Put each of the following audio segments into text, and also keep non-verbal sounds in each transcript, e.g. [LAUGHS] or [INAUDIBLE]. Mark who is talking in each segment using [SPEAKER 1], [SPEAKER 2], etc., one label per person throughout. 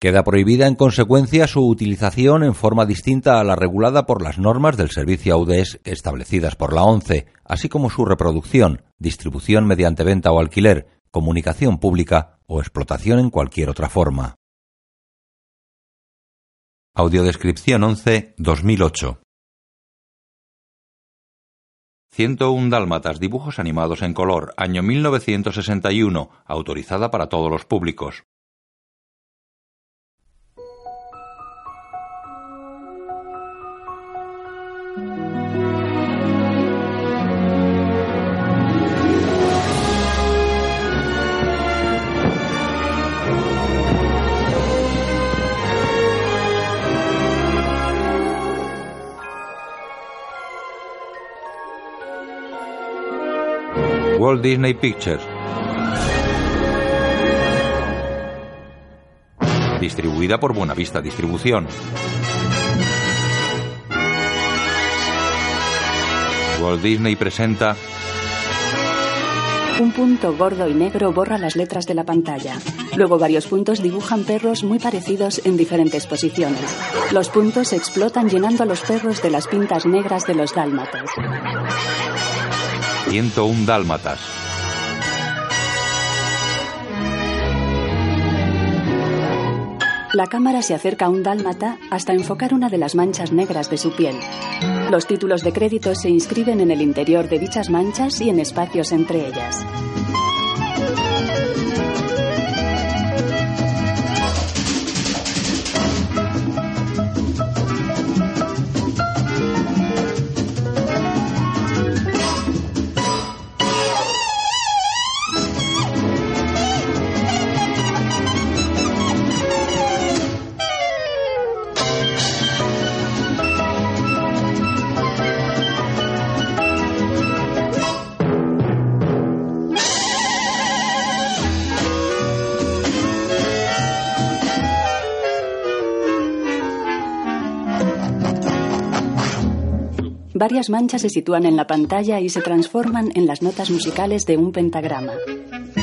[SPEAKER 1] Queda prohibida en consecuencia su utilización en forma distinta a la regulada por las normas del servicio AUDES establecidas por la ONCE, así como su reproducción, distribución mediante venta o alquiler, comunicación pública o explotación en cualquier otra forma. Audiodescripción 11 2008 101 Dálmatas, dibujos animados en color, año 1961, autorizada para todos los públicos. Walt Disney Pictures. Distribuida por Buenavista Distribución. Walt Disney presenta
[SPEAKER 2] Un punto gordo y negro borra las letras de la pantalla. Luego varios puntos dibujan perros muy parecidos en diferentes posiciones. Los puntos explotan llenando a los perros de las pintas negras de los dálmatas.
[SPEAKER 1] 101 Dálmatas.
[SPEAKER 2] La cámara se acerca a un dálmata hasta enfocar una de las manchas negras de su piel. Los títulos de crédito se inscriben en el interior de dichas manchas y en espacios entre ellas. 101. Varias manchas se sitúan en la pantalla y se transforman en las notas musicales de un pentagrama.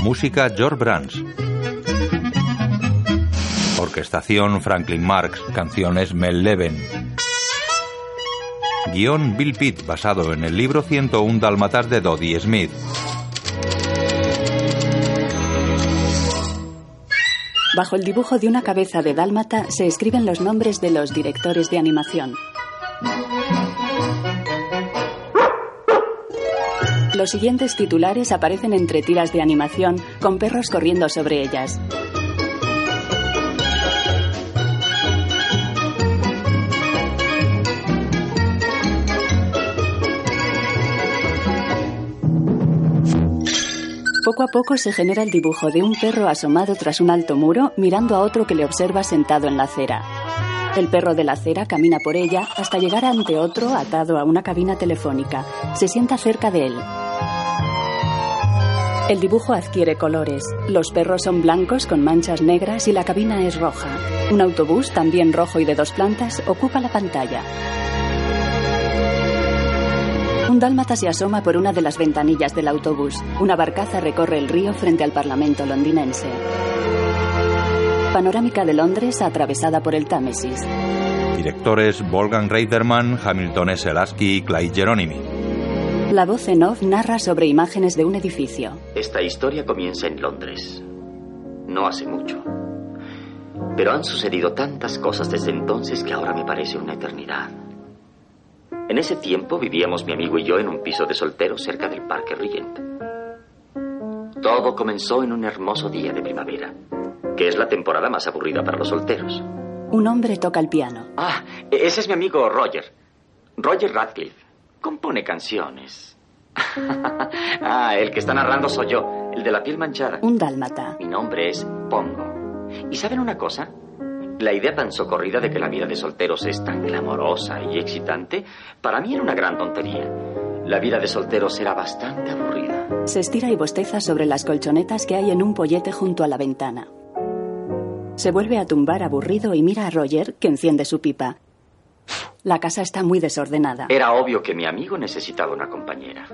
[SPEAKER 1] Música George Brands. Orquestación Franklin Marx. Canciones Mel Leven. Guión Bill Pitt basado en el libro 101 Dalmatas de Dodie Smith.
[SPEAKER 2] Bajo el dibujo de una cabeza de dálmata se escriben los nombres de los directores de animación. Los siguientes titulares aparecen entre tiras de animación con perros corriendo sobre ellas. Poco a poco se genera el dibujo de un perro asomado tras un alto muro mirando a otro que le observa sentado en la acera. El perro de la acera camina por ella hasta llegar ante otro atado a una cabina telefónica. Se sienta cerca de él. El dibujo adquiere colores. Los perros son blancos con manchas negras y la cabina es roja. Un autobús, también rojo y de dos plantas, ocupa la pantalla. Un dálmata se asoma por una de las ventanillas del autobús. Una barcaza recorre el río frente al Parlamento londinense. Panorámica de Londres atravesada por el Támesis.
[SPEAKER 1] Directores Wolfgang Reiterman, Hamilton S. Lasky y Clyde Geronimi.
[SPEAKER 2] La voz en off narra sobre imágenes de un edificio.
[SPEAKER 3] Esta historia comienza en Londres. No hace mucho. Pero han sucedido tantas cosas desde entonces que ahora me parece una eternidad. En ese tiempo vivíamos mi amigo y yo en un piso de soltero cerca del Parque Regent. Todo comenzó en un hermoso día de primavera, que es la temporada más aburrida para los solteros.
[SPEAKER 2] Un hombre toca el piano.
[SPEAKER 3] Ah, ese es mi amigo Roger. Roger Radcliffe. Compone canciones. [LAUGHS] ah, el que está narrando soy yo, el de la piel manchada.
[SPEAKER 2] Un dálmata.
[SPEAKER 3] Mi nombre es Pongo. ¿Y saben una cosa? La idea tan socorrida de que la vida de solteros es tan glamorosa y excitante, para mí era una gran tontería. La vida de solteros era bastante aburrida.
[SPEAKER 2] Se estira y bosteza sobre las colchonetas que hay en un pollete junto a la ventana. Se vuelve a tumbar aburrido y mira a Roger, que enciende su pipa. La casa está muy desordenada.
[SPEAKER 3] Era obvio que mi amigo necesitaba una compañera.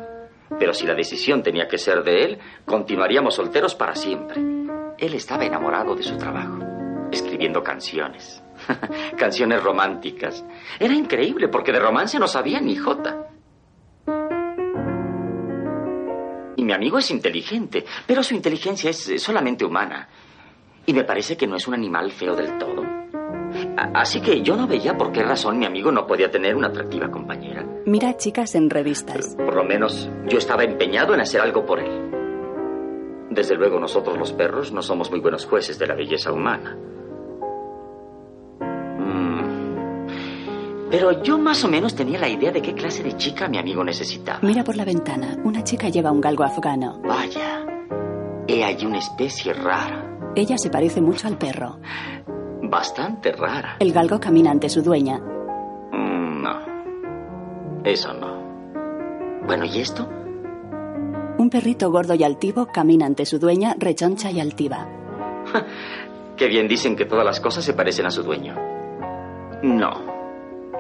[SPEAKER 3] Pero si la decisión tenía que ser de él, continuaríamos solteros para siempre. Él estaba enamorado de su trabajo, escribiendo canciones. [LAUGHS] canciones románticas. Era increíble porque de romance no sabía ni jota. Y mi amigo es inteligente, pero su inteligencia es eh, solamente humana. Y me parece que no es un animal feo del todo. A- así que yo no veía por qué razón mi amigo no podía tener una atractiva compañera.
[SPEAKER 2] Mira a chicas en revistas.
[SPEAKER 3] Por lo menos yo estaba empeñado en hacer algo por él. Desde luego nosotros los perros no somos muy buenos jueces de la belleza humana. Mm. Pero yo más o menos tenía la idea de qué clase de chica mi amigo necesitaba.
[SPEAKER 2] Mira por la ventana. Una chica lleva un galgo afgano.
[SPEAKER 3] Vaya, he allí una especie rara,
[SPEAKER 2] Ella se parece mucho al perro.
[SPEAKER 3] bastante rara.
[SPEAKER 2] El galgo camina ante su dueña.
[SPEAKER 3] Mm, no, eso no. Bueno, ¿y esto?
[SPEAKER 2] Un perrito gordo y altivo camina ante su dueña, rechoncha y altiva.
[SPEAKER 3] Que bien dicen que todas las cosas se parecen a su dueño. No,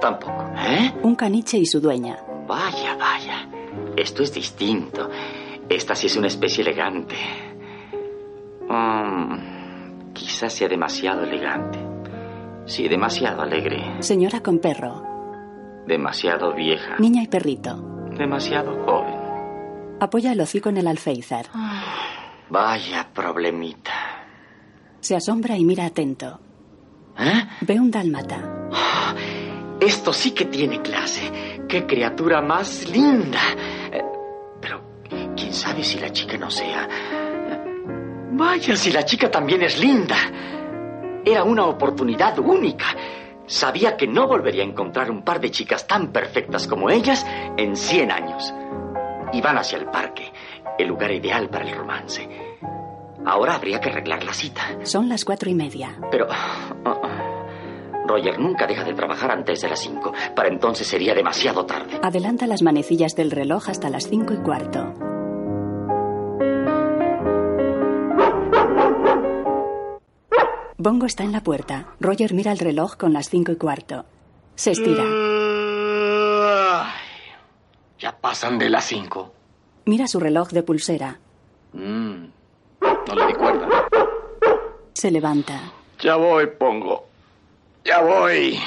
[SPEAKER 3] tampoco. ¿Eh?
[SPEAKER 2] Un caniche y su dueña.
[SPEAKER 3] Vaya, vaya. Esto es distinto. Esta sí es una especie elegante. Mm, quizás sea demasiado elegante. Sí, demasiado alegre.
[SPEAKER 2] Señora con perro.
[SPEAKER 3] Demasiado vieja.
[SPEAKER 2] Niña y perrito.
[SPEAKER 3] Demasiado joven.
[SPEAKER 2] Apoya el hocico en el alféizar.
[SPEAKER 3] Vaya problemita.
[SPEAKER 2] Se asombra y mira atento.
[SPEAKER 3] ¿Eh?
[SPEAKER 2] Ve un dálmata.
[SPEAKER 3] Esto sí que tiene clase. ¡Qué criatura más linda! Eh, Pero, ¿quién sabe si la chica no sea... Vaya, si la chica también es linda. Era una oportunidad única. Sabía que no volvería a encontrar un par de chicas tan perfectas como ellas en 100 años. Iban hacia el parque, el lugar ideal para el romance. Ahora habría que arreglar la cita.
[SPEAKER 2] Son las cuatro y media.
[SPEAKER 3] Pero... oh, oh. Roger nunca deja de trabajar antes de las cinco. Para entonces sería demasiado tarde.
[SPEAKER 2] Adelanta las manecillas del reloj hasta las cinco y cuarto. Bongo está en la puerta. Roger mira el reloj con las cinco y cuarto. Se estira.
[SPEAKER 4] Ay, Ya pasan de las cinco.
[SPEAKER 2] Mira su reloj de pulsera.
[SPEAKER 4] Mm, No le di cuerda.
[SPEAKER 2] Se levanta.
[SPEAKER 4] Ya voy, Pongo. Ya voy.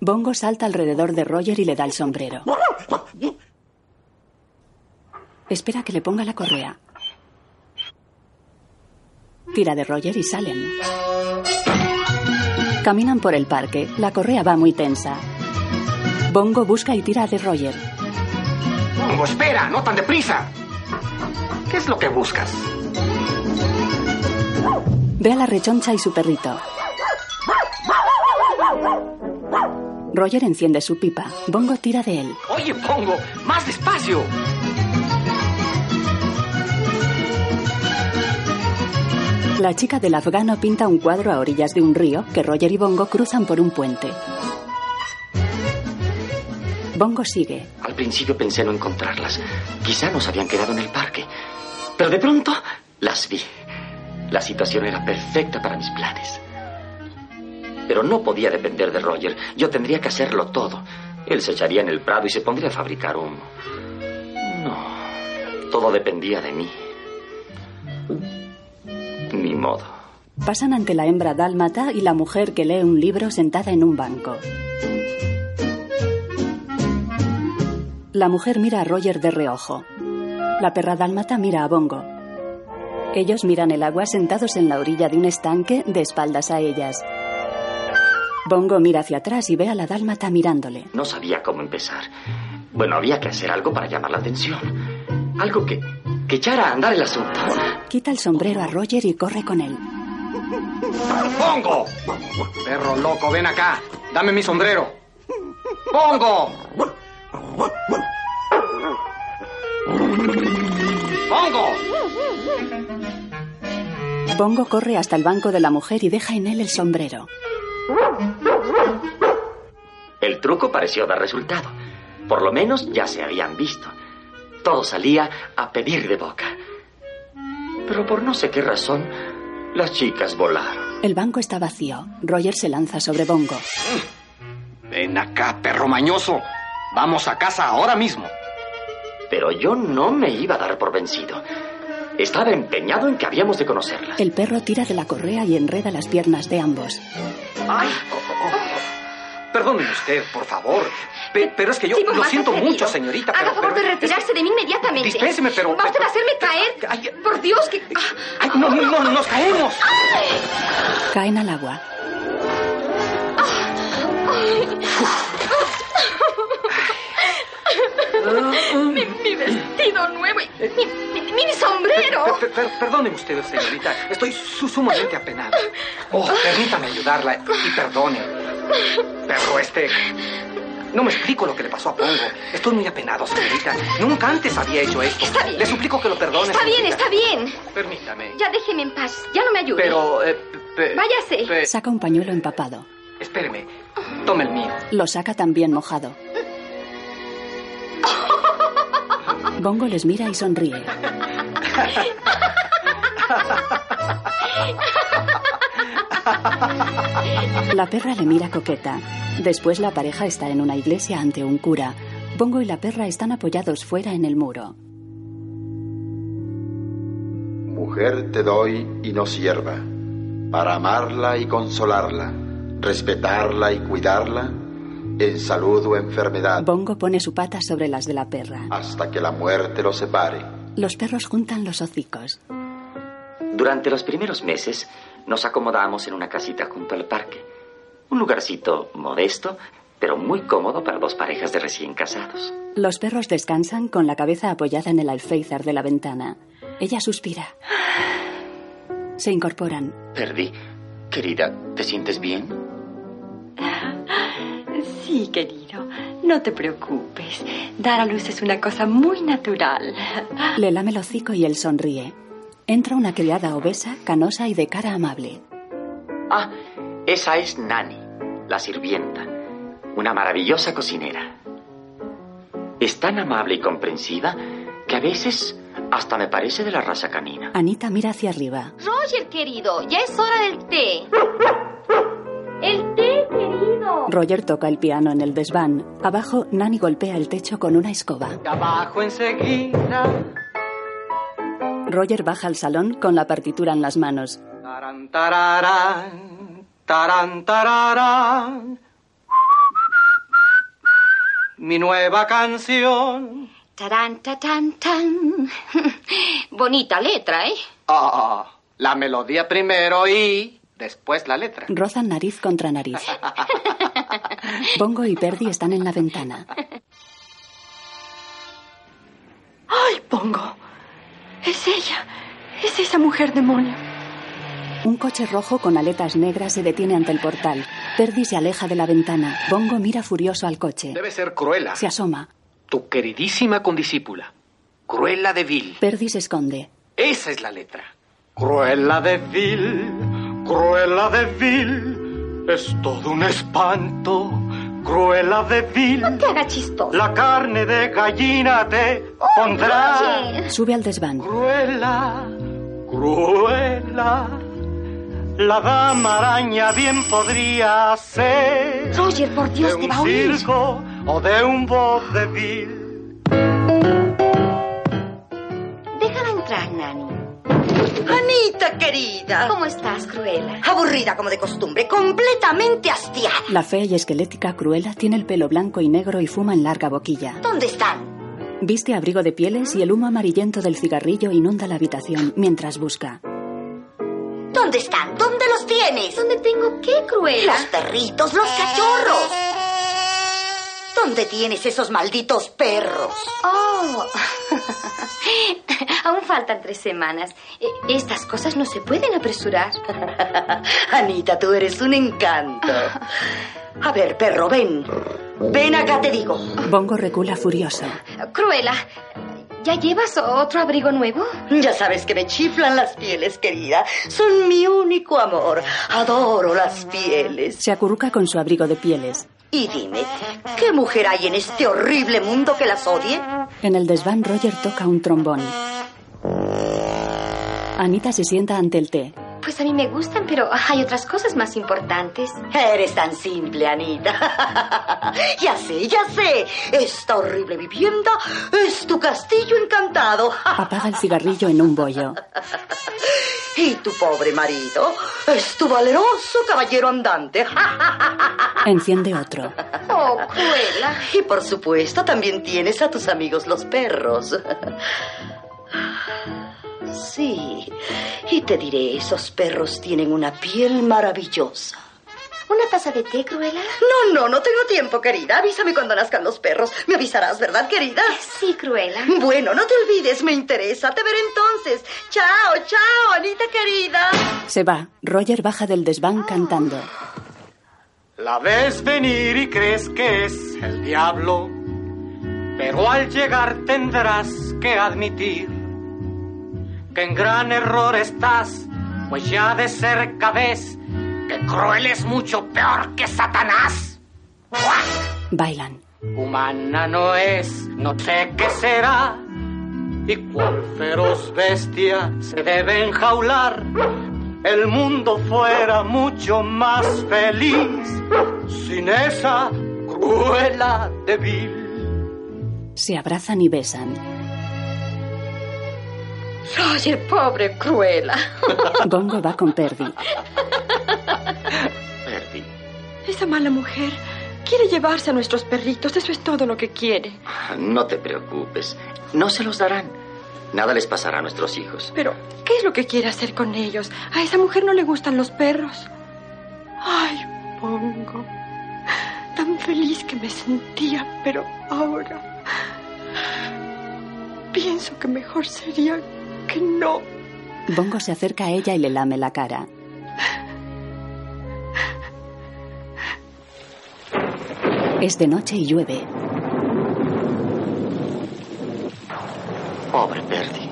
[SPEAKER 2] Bongo salta alrededor de Roger y le da el sombrero. Espera que le ponga la correa. Tira de Roger y salen. Caminan por el parque. La correa va muy tensa. Bongo busca y tira de Roger.
[SPEAKER 4] Pongo, espera, no tan deprisa. ¿Qué es lo que buscas?
[SPEAKER 2] Ve a la rechoncha y su perrito. Roger enciende su pipa. Bongo tira de él.
[SPEAKER 4] Oye, Pongo, más despacio.
[SPEAKER 2] La chica del afgano pinta un cuadro a orillas de un río que Roger y Bongo cruzan por un puente. Bongo sigue.
[SPEAKER 3] Al principio pensé no encontrarlas. Quizá nos habían quedado en el parque. Pero de pronto las vi. La situación era perfecta para mis planes. Pero no podía depender de Roger. Yo tendría que hacerlo todo. Él se echaría en el prado y se pondría a fabricar humo. No. Todo dependía de mí. Ni modo.
[SPEAKER 2] Pasan ante la hembra dálmata y la mujer que lee un libro sentada en un banco. La mujer mira a Roger de reojo. La perra dálmata mira a Bongo. Ellos miran el agua sentados en la orilla de un estanque de espaldas a ellas. Bongo mira hacia atrás y ve a la dálmata mirándole.
[SPEAKER 3] No sabía cómo empezar. Bueno, había que hacer algo para llamar la atención. Algo que, que echara a andar el asunto.
[SPEAKER 2] Quita el sombrero a Roger y corre con él.
[SPEAKER 4] Pongo. Perro loco, ven acá. Dame mi sombrero. Pongo. Pongo.
[SPEAKER 2] Bongo corre hasta el banco de la mujer y deja en él el sombrero.
[SPEAKER 3] El truco pareció dar resultado. Por lo menos ya se habían visto. Todo salía a pedir de boca. Pero por no sé qué razón, las chicas volaron.
[SPEAKER 2] El banco está vacío. Roger se lanza sobre Bongo.
[SPEAKER 4] Ven acá, perro mañoso. Vamos a casa ahora mismo.
[SPEAKER 3] Pero yo no me iba a dar por vencido. Estaba empeñado en que habíamos de conocerlas.
[SPEAKER 2] El perro tira de la correa y enreda las piernas de ambos.
[SPEAKER 4] ¡Ay! Perdóneme usted, por favor. Pe- pero es que yo
[SPEAKER 5] Tipo
[SPEAKER 4] lo
[SPEAKER 5] más
[SPEAKER 4] siento
[SPEAKER 5] atrevido.
[SPEAKER 4] mucho, señorita.
[SPEAKER 5] Haga
[SPEAKER 4] pero-
[SPEAKER 5] favor
[SPEAKER 4] pero-
[SPEAKER 5] de retirarse de mí inmediatamente.
[SPEAKER 4] Dispénseme, pero-
[SPEAKER 5] Va usted a hacerme
[SPEAKER 4] Ay,
[SPEAKER 5] caer. Por Dios, que. Ah,
[SPEAKER 4] Ay, no, no, no, nos caemos.
[SPEAKER 2] Caen al agua.
[SPEAKER 4] Ah,
[SPEAKER 5] mi, mi vestido nuevo y mi, mi- mi- mi sombrero.
[SPEAKER 4] Per- per- perdóneme usted, señorita. Estoy su- sumamente apenado. Oh, permítame ayudarla y perdone. Perro este. No me explico lo que le pasó a Pongo. Estoy muy apenado, señorita. Nunca antes había hecho esto.
[SPEAKER 5] Está bien.
[SPEAKER 4] Le suplico que lo perdone.
[SPEAKER 5] Está bien,
[SPEAKER 4] señorita.
[SPEAKER 5] está bien.
[SPEAKER 4] Permítame.
[SPEAKER 5] Ya déjeme en paz. Ya no me ayude.
[SPEAKER 4] Pero. eh, pe-
[SPEAKER 5] Váyase.
[SPEAKER 4] pe-
[SPEAKER 2] Saca un pañuelo empapado.
[SPEAKER 4] espéreme. Tome el mío.
[SPEAKER 2] Lo saca también
[SPEAKER 4] [LAUGHS]
[SPEAKER 2] mojado. Bongo les mira y sonríe. La perra le mira coqueta. Después la pareja está en una iglesia ante un cura. Bongo y la perra están apoyados fuera en el muro.
[SPEAKER 6] Mujer te doy y no sierva, para amarla y consolarla, respetarla y cuidarla, en salud o enfermedad,
[SPEAKER 2] Bongo pone su pata sobre las de la perra.
[SPEAKER 6] hasta que la muerte los separe.
[SPEAKER 2] Los perros juntan los hocicos.
[SPEAKER 3] Durante los primeros meses nos acomodamos en una casita junto al parque. Un lugarcito modesto, pero muy cómodo para dos parejas de recién casados.
[SPEAKER 2] Los perros descansan con la cabeza apoyada en el alféizar de la ventana. Ella suspira. Se incorporan.
[SPEAKER 3] Perdí. Querida, ¿te sientes bien?
[SPEAKER 7] Sí, querido, no te preocupes. Dar a luz es una cosa muy natural.
[SPEAKER 2] Le lame el hocico y él sonríe. Entra una criada obesa, canosa y de cara amable.
[SPEAKER 3] Ah, esa es Nani, la sirvienta. Una maravillosa cocinera. Es tan amable y comprensiva que a veces hasta me parece de la raza canina.
[SPEAKER 2] Anita mira hacia arriba.
[SPEAKER 5] Roger, querido, ya es hora del té. El té, querido.
[SPEAKER 2] Roger toca el piano en el desván. Abajo, Nani golpea el techo con una escoba.
[SPEAKER 4] Abajo enseguida.
[SPEAKER 2] Roger baja al salón con la partitura en las manos.
[SPEAKER 4] Tarán, tararán, tarán, tararán. Mi nueva canción.
[SPEAKER 5] Tarán, ta, tan, tan. [LAUGHS] Bonita letra, ¿eh? [LAUGHS]
[SPEAKER 4] Ah, la melodía primero y después la letra.
[SPEAKER 2] Rozan nariz contra nariz. Bongo y Perdi están en la ventana.
[SPEAKER 7] ¡Ay, Pongo! Es ella. Es esa mujer demonio.
[SPEAKER 2] Un coche rojo con aletas negras se detiene ante el portal. Perdi se aleja de la ventana. Bongo mira furioso al coche.
[SPEAKER 4] Debe ser Cruella,
[SPEAKER 2] Se asoma.
[SPEAKER 4] tu queridísima condiscípula. Cruella de Vil.
[SPEAKER 2] Perdi se esconde.
[SPEAKER 4] Esa es la letra. Cruella de Vil, Cruella de Vil, es todo un espanto. Cruella de Vil,
[SPEAKER 5] No te haga chistoso.
[SPEAKER 4] la carne de gallina te pondrá.
[SPEAKER 5] Roger.
[SPEAKER 2] Sube al desván.
[SPEAKER 4] Cruela, cruela, la dama araña bien podría ser
[SPEAKER 5] Roger, por
[SPEAKER 4] de
[SPEAKER 5] Dios, te va a
[SPEAKER 4] un
[SPEAKER 5] oír.
[SPEAKER 4] circo o de un vodevil.
[SPEAKER 5] Déjala entrar, Nani.
[SPEAKER 8] Anita, querida.
[SPEAKER 5] ¿Cómo estás, Cruella?
[SPEAKER 8] Aburrida como de costumbre, completamente hastiada.
[SPEAKER 2] La fea y esquelética Cruella tiene el pelo blanco y negro y fuma en larga boquilla.
[SPEAKER 8] ¿Dónde están?
[SPEAKER 2] Viste abrigo de pieles y el humo amarillento del cigarrillo inunda la habitación mientras busca.
[SPEAKER 8] ¿Dónde están? ¿Dónde los tienes?
[SPEAKER 5] ¿Dónde tengo qué, Cruella? Ah.
[SPEAKER 8] Los perritos, los cachorros. ¿Dónde tienes esos malditos perros?
[SPEAKER 5] Oh. Aún faltan tres semanas. Eh, Estas cosas no se pueden apresurar.
[SPEAKER 8] [LAUGHS] Anita, tú eres un encanto. A ver, perro, ven. Ven acá, te digo.
[SPEAKER 2] Bongo recula furioso.
[SPEAKER 5] Cruella, ¿ya llevas otro abrigo nuevo?
[SPEAKER 8] Ya sabes que me chiflan las pieles, querida. Son mi único amor. Adoro las pieles.
[SPEAKER 2] Se acurruca con su abrigo de pieles.
[SPEAKER 8] Y dime, ¿qué mujer hay en este horrible mundo que las odie?
[SPEAKER 2] En el desván, Roger toca un trombón. Anita se sienta ante el té.
[SPEAKER 5] Pues a mí me gustan, pero hay otras cosas más importantes.
[SPEAKER 8] Eres tan simple, Anita. ya sé, ya sé. Esta horrible vivienda es tu castillo encantado. [LAUGHS]
[SPEAKER 2] Apaga el cigarrillo en un bollo.
[SPEAKER 8] y tu pobre marido es tu valeroso caballero andante. [LAUGHS]
[SPEAKER 2] Enciende otro.
[SPEAKER 5] Oh, cuela.
[SPEAKER 8] y por supuesto también tienes a tus amigos los perros. Sí, y te diré, esos perros tienen una piel maravillosa.
[SPEAKER 5] ¿Una taza de té, Cruella?
[SPEAKER 8] No, no, no tengo tiempo, querida. Avísame cuando nazcan los perros. Me avisarás, ¿verdad, querida?
[SPEAKER 5] Sí, Cruella.
[SPEAKER 8] Bueno, no te olvides, me interesa. Te veré entonces. Chao, chao, Anita querida.
[SPEAKER 2] Se va. Roger baja del desván cantando.
[SPEAKER 9] La ves venir y crees que es el diablo, pero al llegar tendrás que admitir que en gran error estás, pues ya de cerca ves que cruel es mucho peor que Satanás. ¡Buah!
[SPEAKER 2] Bailan.
[SPEAKER 9] Humana no es, no sé qué será, y cuál feroz bestia se debe enjaular. El mundo fuera mucho más feliz sin esa cruela débil.
[SPEAKER 2] Se abrazan y besan.
[SPEAKER 7] Oye, pobre Cruella.
[SPEAKER 2] Gongo va con Perdi.
[SPEAKER 3] Perdí.
[SPEAKER 7] Esa mala mujer quiere llevarse a nuestros perritos. Eso es todo lo que quiere.
[SPEAKER 3] No te preocupes. No se los darán. Nada les pasará a nuestros hijos.
[SPEAKER 7] Pero, ¿qué es lo que quiere hacer con ellos? A esa mujer no le gustan los perros. Ay, Pongo. Tan feliz que me sentía, pero ahora pienso que mejor sería que no.
[SPEAKER 2] Bongo se acerca a ella y le lame la cara. Es de noche y llueve.
[SPEAKER 3] Pobre Perdi.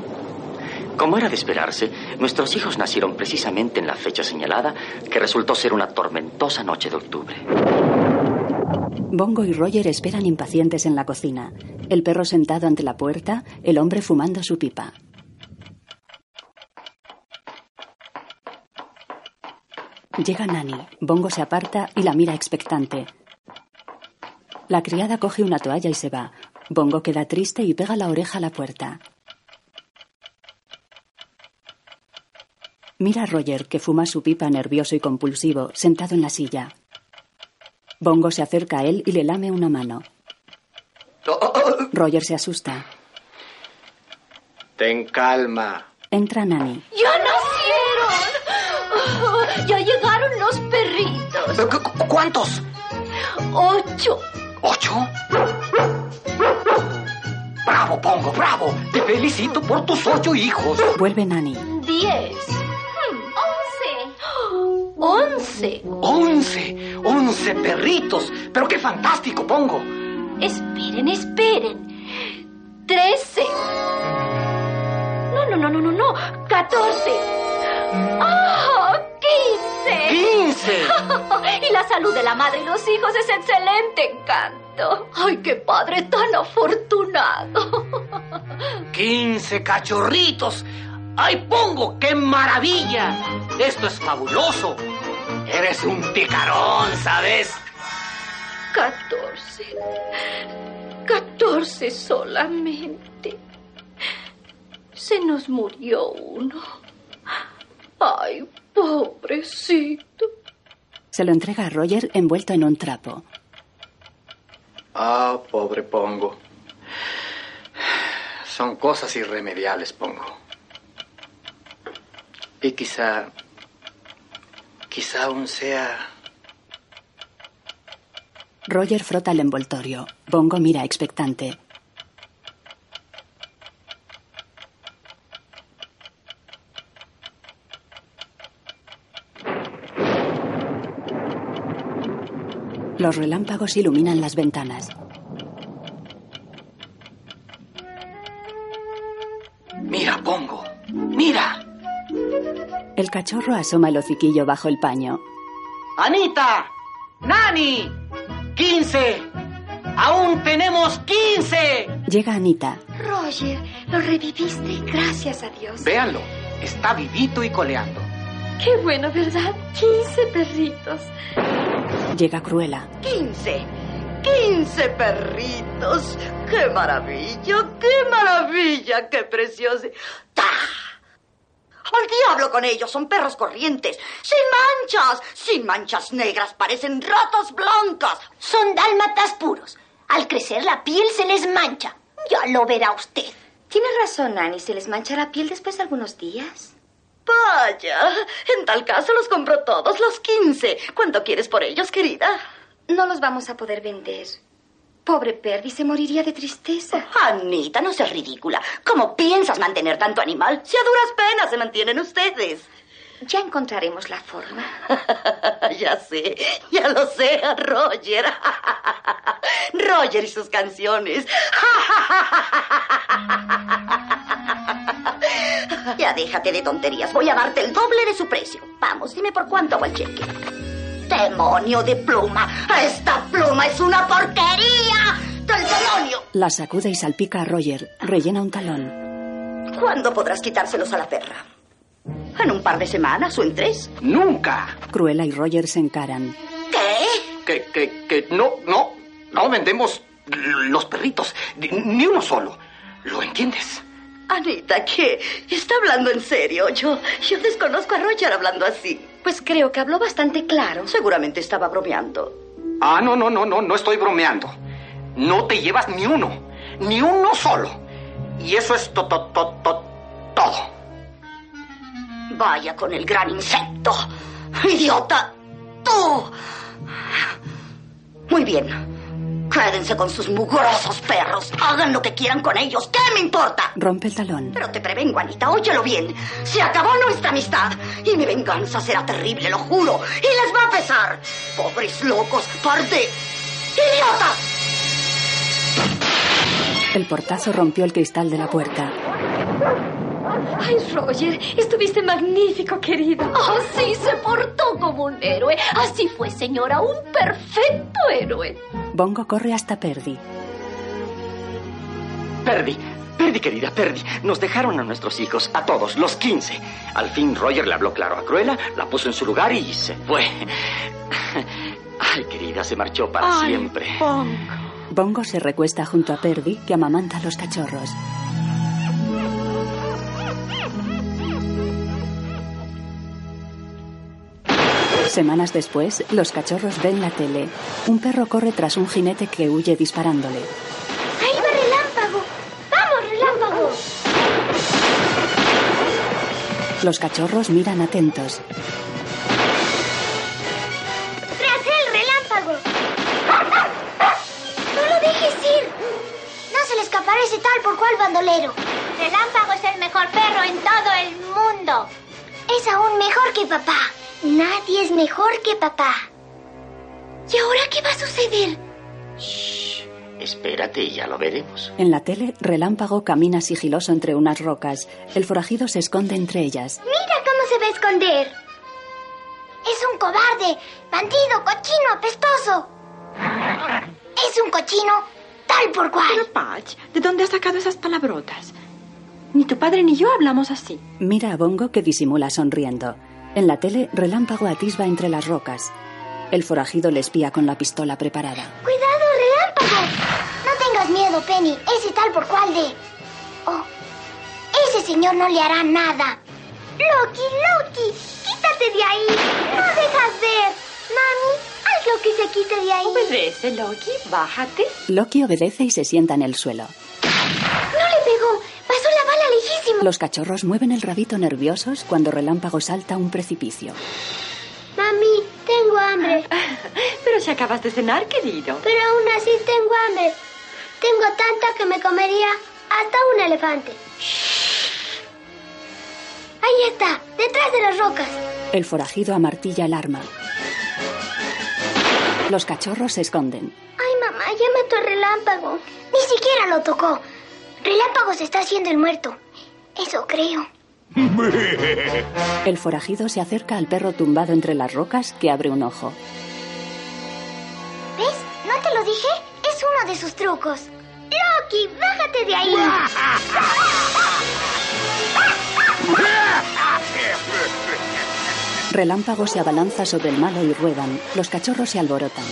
[SPEAKER 3] Como era de esperarse, nuestros hijos nacieron precisamente en la fecha señalada, que resultó ser una tormentosa noche de octubre.
[SPEAKER 2] Bongo y Roger esperan impacientes en la cocina. El perro sentado ante la puerta, el hombre fumando su pipa. Llega Nani. Bongo se aparta y la mira expectante. La criada coge una toalla y se va. Bongo queda triste y pega la oreja a la puerta. Mira a Roger, que fuma su pipa nervioso y compulsivo, sentado en la silla. Bongo se acerca a él y le lame una mano. Roger se asusta.
[SPEAKER 9] Ten calma.
[SPEAKER 2] Entra Nani.
[SPEAKER 5] ¡Ya nacieron! Oh, ¡Ya llegaron los perritos!
[SPEAKER 4] ¿Cu- cu- ¿Cuántos?
[SPEAKER 5] ¡Ocho!
[SPEAKER 4] ¿Ocho? Bravo, Pongo, bravo. Te felicito por tus ocho hijos.
[SPEAKER 2] Vuelve Nani.
[SPEAKER 5] ¡Diez! hmm, [GASPS] ¡Once! ¡Once!
[SPEAKER 4] Once, once perritos. Pero qué fantástico, Pongo.
[SPEAKER 5] Esperen, esperen. Trece. No, no, no, no, no, no. Catorce. ¡Oh! ¡Quince!
[SPEAKER 4] Quince.
[SPEAKER 5] [LAUGHS] Y la salud de la madre y los hijos es excelente, canto. ¡Ay, qué padre tan afortunado!
[SPEAKER 4] Quince cachorritos. ¡Ay, Pongo, qué maravilla! Esto es fabuloso. Eres un picarón, ¿sabes?
[SPEAKER 5] Catorce. Catorce solamente. Se nos murió uno. Ay, pobrecito.
[SPEAKER 2] Se lo entrega a Roger envuelto en un trapo.
[SPEAKER 9] Ah, pobre Pongo. Son cosas irremediables, Pongo. Y quizá... Quizá aún sea...
[SPEAKER 2] Roger frota el envoltorio. Bongo mira expectante. Los relámpagos iluminan las ventanas.
[SPEAKER 4] Mira, Pongo. Mira.
[SPEAKER 2] El cachorro asoma el hociquillo bajo el paño.
[SPEAKER 4] Anita. Nani. 15. Aún tenemos 15.
[SPEAKER 2] Llega Anita.
[SPEAKER 7] Roger, lo reviviste, gracias a Dios.
[SPEAKER 4] Véanlo, está vivito y coleando.
[SPEAKER 7] Qué bueno, ¿verdad? 15 perritos.
[SPEAKER 2] Llega Cruela.
[SPEAKER 8] 15. 15 perritos. ¡Qué maravilla! ¡Qué maravilla! ¡Qué precioso! ¡Ta! ¡Al diablo con ellos! Son perros corrientes, sin manchas, sin manchas negras, parecen ratas blancas.
[SPEAKER 10] Son dálmatas puros. Al crecer la piel se les mancha. Ya lo verá usted.
[SPEAKER 11] Tiene razón, Annie. Se les mancha la piel después de algunos días.
[SPEAKER 8] Vaya, en tal caso los compro todos, los 15. ¿Cuánto quieres por ellos, querida?
[SPEAKER 11] No los vamos a poder vender. Pobre Perdi se moriría de tristeza.
[SPEAKER 8] Oh, Anita, no seas ridícula. ¿Cómo piensas mantener tanto animal? Si a duras penas se mantienen ustedes.
[SPEAKER 11] Ya encontraremos la forma.
[SPEAKER 8] [LAUGHS] ya sé, [LAUGHS] ya lo sé, Roger. [LAUGHS] Roger y sus canciones. [LAUGHS] ya déjate de tonterías. Voy a darte el doble de su precio. Vamos, dime por cuánto hago el cheque. ¡Demonio de pluma! ¡Esta pluma es una porquería! ¡Del demonio!
[SPEAKER 2] La sacude y salpica a Roger. Rellena un talón.
[SPEAKER 8] ¿Cuándo podrás quitárselos a la perra? ¿En un par de semanas o en tres?
[SPEAKER 4] ¡Nunca!
[SPEAKER 2] Cruella y Roger se encaran.
[SPEAKER 8] ¿Qué?
[SPEAKER 4] Que, que, que no, no, no vendemos los perritos, ni uno solo. ¿Lo entiendes?
[SPEAKER 8] Anita, ¿qué? ¿Está hablando en serio? Yo, yo desconozco a Roger hablando así.
[SPEAKER 11] Pues creo que habló bastante claro.
[SPEAKER 8] Seguramente estaba bromeando.
[SPEAKER 4] Ah, no, no, no, no, no estoy bromeando. No te llevas ni uno, ni uno solo. Y eso es to, to, to, to todo.
[SPEAKER 8] Vaya con el gran insecto. Idiota. Tú. Muy bien. Quédense con sus mugrosos perros. Hagan lo que quieran con ellos. ¿Qué me importa?
[SPEAKER 2] Rompe el talón.
[SPEAKER 8] Pero te prevengo, Anita. Óyelo bien. Se acabó nuestra amistad. Y mi venganza será terrible, lo juro. Y les va a pesar. Pobres locos. Par de... ¡Idiota!
[SPEAKER 2] El portazo rompió el cristal de la puerta.
[SPEAKER 7] Ay, Roger, estuviste magnífico, querido.
[SPEAKER 5] Oh, sí, se portó como un héroe. Así fue, señora, un perfecto héroe.
[SPEAKER 2] Bongo corre hasta Perdi.
[SPEAKER 4] Perdi, Perdi, querida, Perdi. Nos dejaron a nuestros hijos, a todos, los 15. Al fin Roger le habló claro a Cruella, la puso en su lugar y se fue. [LAUGHS] Ay, querida, se marchó para
[SPEAKER 7] Ay,
[SPEAKER 4] siempre.
[SPEAKER 7] Bongo.
[SPEAKER 2] Bongo se recuesta junto a Perdi, que amamanta a los cachorros. Semanas después, los cachorros ven la tele. Un perro corre tras un jinete que huye disparándole.
[SPEAKER 10] ¡Ahí va Relámpago! ¡Vamos, Relámpago!
[SPEAKER 2] Los cachorros miran atentos.
[SPEAKER 10] ¡Tras él, Relámpago! ¡No lo dejes ir! No se le escapará ese tal por cual bandolero.
[SPEAKER 12] Relámpago es el mejor perro en todo el mundo.
[SPEAKER 10] Es aún mejor que papá. Nadie es mejor que papá. ¿Y ahora qué va a suceder?
[SPEAKER 3] Shh, espérate y ya lo veremos.
[SPEAKER 2] En la tele, Relámpago camina sigiloso entre unas rocas. El forajido se esconde entre ellas.
[SPEAKER 10] Mira cómo se va a esconder. Es un cobarde, bandido, cochino, apestoso. Es un cochino tal por cual.
[SPEAKER 7] Pero, Patch, ¿de dónde has sacado esas palabrotas? Ni tu padre ni yo hablamos así.
[SPEAKER 2] Mira a Bongo que disimula sonriendo. En la tele, Relámpago atisba entre las rocas. El forajido le espía con la pistola preparada.
[SPEAKER 10] Cuidado, relámpago. No tengas miedo, Penny. Ese tal por cual de... Oh, ese señor no le hará nada. Loki, Loki, quítate de ahí. No dejas ver. Mami, haz lo que se quite de ahí.
[SPEAKER 7] Obedece, Loki, bájate.
[SPEAKER 2] Loki obedece y se sienta en el suelo.
[SPEAKER 10] No le pegó. Pasó la bala lejísimo.
[SPEAKER 2] Los cachorros mueven el rabito nerviosos cuando Relámpago salta a un precipicio.
[SPEAKER 12] Mami, tengo hambre.
[SPEAKER 7] [LAUGHS] Pero si acabas de cenar, querido.
[SPEAKER 12] Pero aún así tengo hambre. Tengo tanta que me comería hasta un elefante.
[SPEAKER 10] Ahí está, detrás de las rocas.
[SPEAKER 2] El forajido amartilla el arma. Los cachorros se esconden.
[SPEAKER 12] Ay, mamá, ya mató a relámpago.
[SPEAKER 10] Ni siquiera lo tocó. Relámpago se está haciendo el muerto. Eso creo.
[SPEAKER 2] El forajido se acerca al perro tumbado entre las rocas que abre un ojo.
[SPEAKER 10] ¿Ves? ¿No te lo dije? Es uno de sus trucos. Loki, bájate de ahí.
[SPEAKER 2] Relámpago se abalanza sobre el malo y ruedan. Los cachorros se alborotan.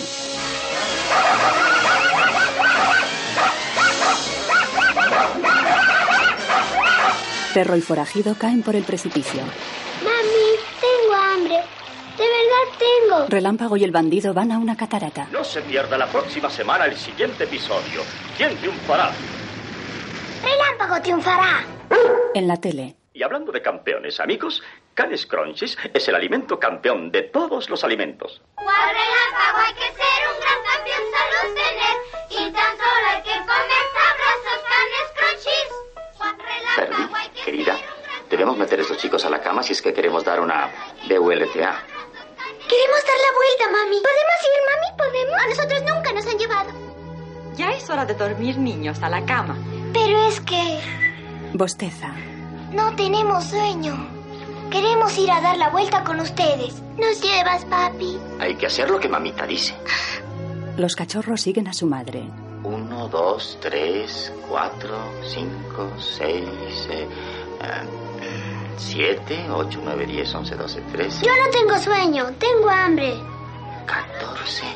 [SPEAKER 2] Perro y forajido caen por el precipicio.
[SPEAKER 10] Mami, tengo hambre. De verdad tengo.
[SPEAKER 2] Relámpago y el bandido van a una catarata.
[SPEAKER 13] No se pierda la próxima semana el siguiente episodio. ¿Quién triunfará?
[SPEAKER 10] Relámpago triunfará.
[SPEAKER 2] En la tele,
[SPEAKER 13] Y hablando de campeones, amigos, Canes Crunchies es el alimento campeón de todos los alimentos.
[SPEAKER 14] Cual relámpago hay que ser un gran campeón salud tener y tan solo hay que comer sabrosos canes crunchies. Cual
[SPEAKER 3] Ferdi,
[SPEAKER 14] relámpago hay que
[SPEAKER 3] querida, debemos meter a estos chicos a la cama si es que queremos dar una BULTA.
[SPEAKER 10] Queremos dar la vuelta, mami. ¿Podemos ir, mami? ¿Podemos? A nosotros nunca nos han llevado.
[SPEAKER 7] Ya es hora de dormir, niños, a la cama.
[SPEAKER 10] Pero es que
[SPEAKER 2] bosteza.
[SPEAKER 10] no tenemos sueño. Queremos ir a dar la vuelta con ustedes. ¿Nos llevas, papi?
[SPEAKER 3] Hay que hacer lo que mamita dice.
[SPEAKER 2] Los cachorros siguen a su madre.
[SPEAKER 3] Uno, dos, tres, cuatro, cinco, seis, eh, eh, siete, ocho, nueve, diez, once, doce, trece,
[SPEAKER 10] Yo no tengo sueño, tengo hambre.
[SPEAKER 3] catorce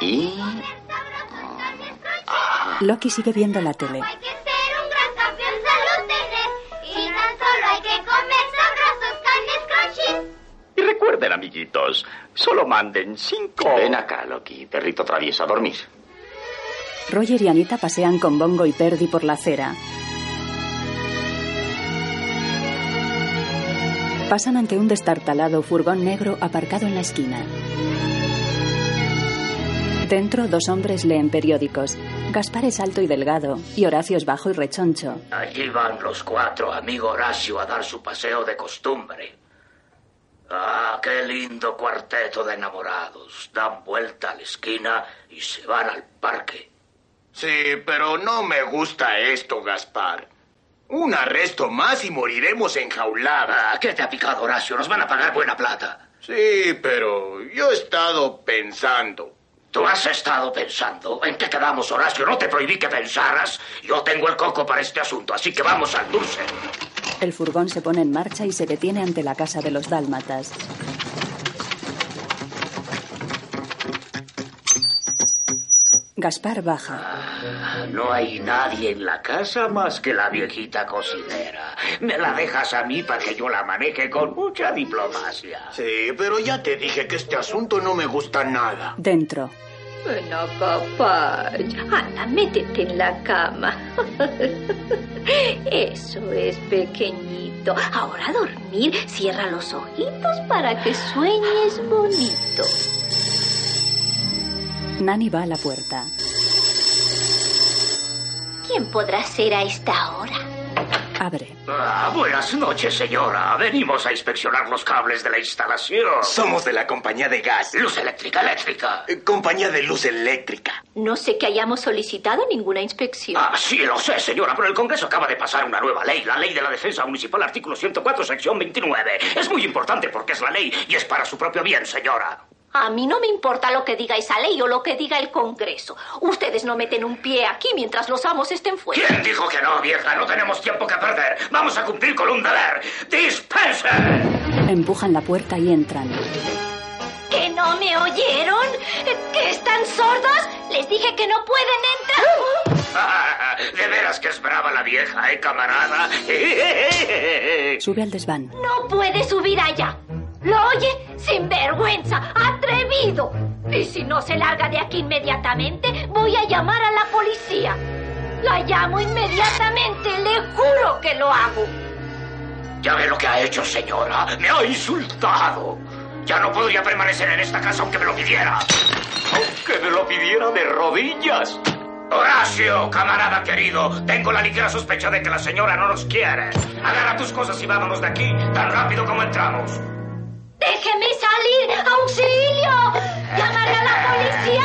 [SPEAKER 3] y...
[SPEAKER 2] Loki sigue viendo la tele.
[SPEAKER 14] hay que ser un gran campeón salud tener y tan solo hay que comer sabrosos canes crunchies.
[SPEAKER 13] Y recuerden, amiguitos, solo manden cinco.
[SPEAKER 3] Ven acá, Loki, perrito travieso, a dormir.
[SPEAKER 2] Roger y Anita pasean con Bongo y Perdi por la acera. Pasan ante un destartalado furgón negro aparcado en la esquina. Dentro, dos hombres leen periódicos. Gaspar es alto y delgado, y Horacio es bajo y rechoncho.
[SPEAKER 15] Allí van los cuatro, amigo Horacio, a dar su paseo de costumbre. Ah, qué lindo cuarteto de enamorados. Dan vuelta a la esquina y se van al parque.
[SPEAKER 16] Sí, pero no me gusta esto, Gaspar. Un arresto más y moriremos enjaulados.
[SPEAKER 15] ¿Qué te ha picado, Horacio? Nos van a pagar buena plata.
[SPEAKER 16] Sí, pero yo he estado pensando.
[SPEAKER 15] Tú has estado pensando. ¿En qué quedamos, Horacio? No te prohibí que pensaras. Yo tengo el coco para este asunto, así que vamos al dulce.
[SPEAKER 2] El furgón se pone en marcha y se detiene ante la casa de los dálmatas. Gaspar baja.
[SPEAKER 15] No hay nadie en la casa más que la viejita cocinera. Me la dejas a mí para que yo la maneje con mucha diplomacia.
[SPEAKER 16] Sí, pero ya te dije que este asunto no me gusta nada.
[SPEAKER 2] Dentro,
[SPEAKER 5] Ven acá, Paya. Ana, métete en la cama. [LAUGHS] Eso es pequeñito. Ahora a dormir, cierra los ojitos para que sueñes bonito.
[SPEAKER 2] Nani va a la puerta.
[SPEAKER 5] ¿Quién podrá ser a esta hora?
[SPEAKER 2] Abre.
[SPEAKER 15] Ah, buenas noches, señora. Venimos a inspeccionar los cables de la instalación.
[SPEAKER 16] Somos de la compañía de gas.
[SPEAKER 15] Luz eléctrica, eléctrica.
[SPEAKER 16] Eh, Compañía de luz eléctrica.
[SPEAKER 5] No sé que hayamos solicitado ninguna inspección.
[SPEAKER 15] Ah, sí, lo sé, señora, pero el Congreso acaba de pasar una nueva ley, la Ley de la Defensa Municipal, artículo 104, sección 29. Es muy importante porque es la ley y es para su propio bien, señora.
[SPEAKER 5] A mí no me importa lo que diga esa ley o lo que diga el Congreso. Ustedes no meten un pie aquí mientras los amos estén fuera.
[SPEAKER 15] ¿Quién dijo que no, vieja? No tenemos tiempo que perder. Vamos a cumplir con un deber. ¡Dispense! [LAUGHS]
[SPEAKER 2] Empujan la puerta y entran.
[SPEAKER 5] ¿Que no me oyeron? ¿Que están sordos? Les dije que no pueden entrar.
[SPEAKER 15] De veras que es brava la vieja, ¿eh, camarada? [LAUGHS]
[SPEAKER 2] Sube al desván.
[SPEAKER 5] No puede subir allá. ¿Lo oye? Sinvergüenza, atrevido. Y si no se larga de aquí inmediatamente, voy a llamar a la policía. La llamo inmediatamente, le juro que lo hago.
[SPEAKER 15] Ya ve lo que ha hecho, señora. Me ha insultado. Ya no podría permanecer en esta casa aunque me lo pidiera. Aunque me lo pidiera de rodillas. Horacio, camarada querido, tengo la ligera sospecha de que la señora no nos quiere. Agarra tus cosas y vámonos de aquí tan rápido como entramos.
[SPEAKER 5] ¡Déjeme salir! ¡Auxilio! ¡Llamaré a la policía!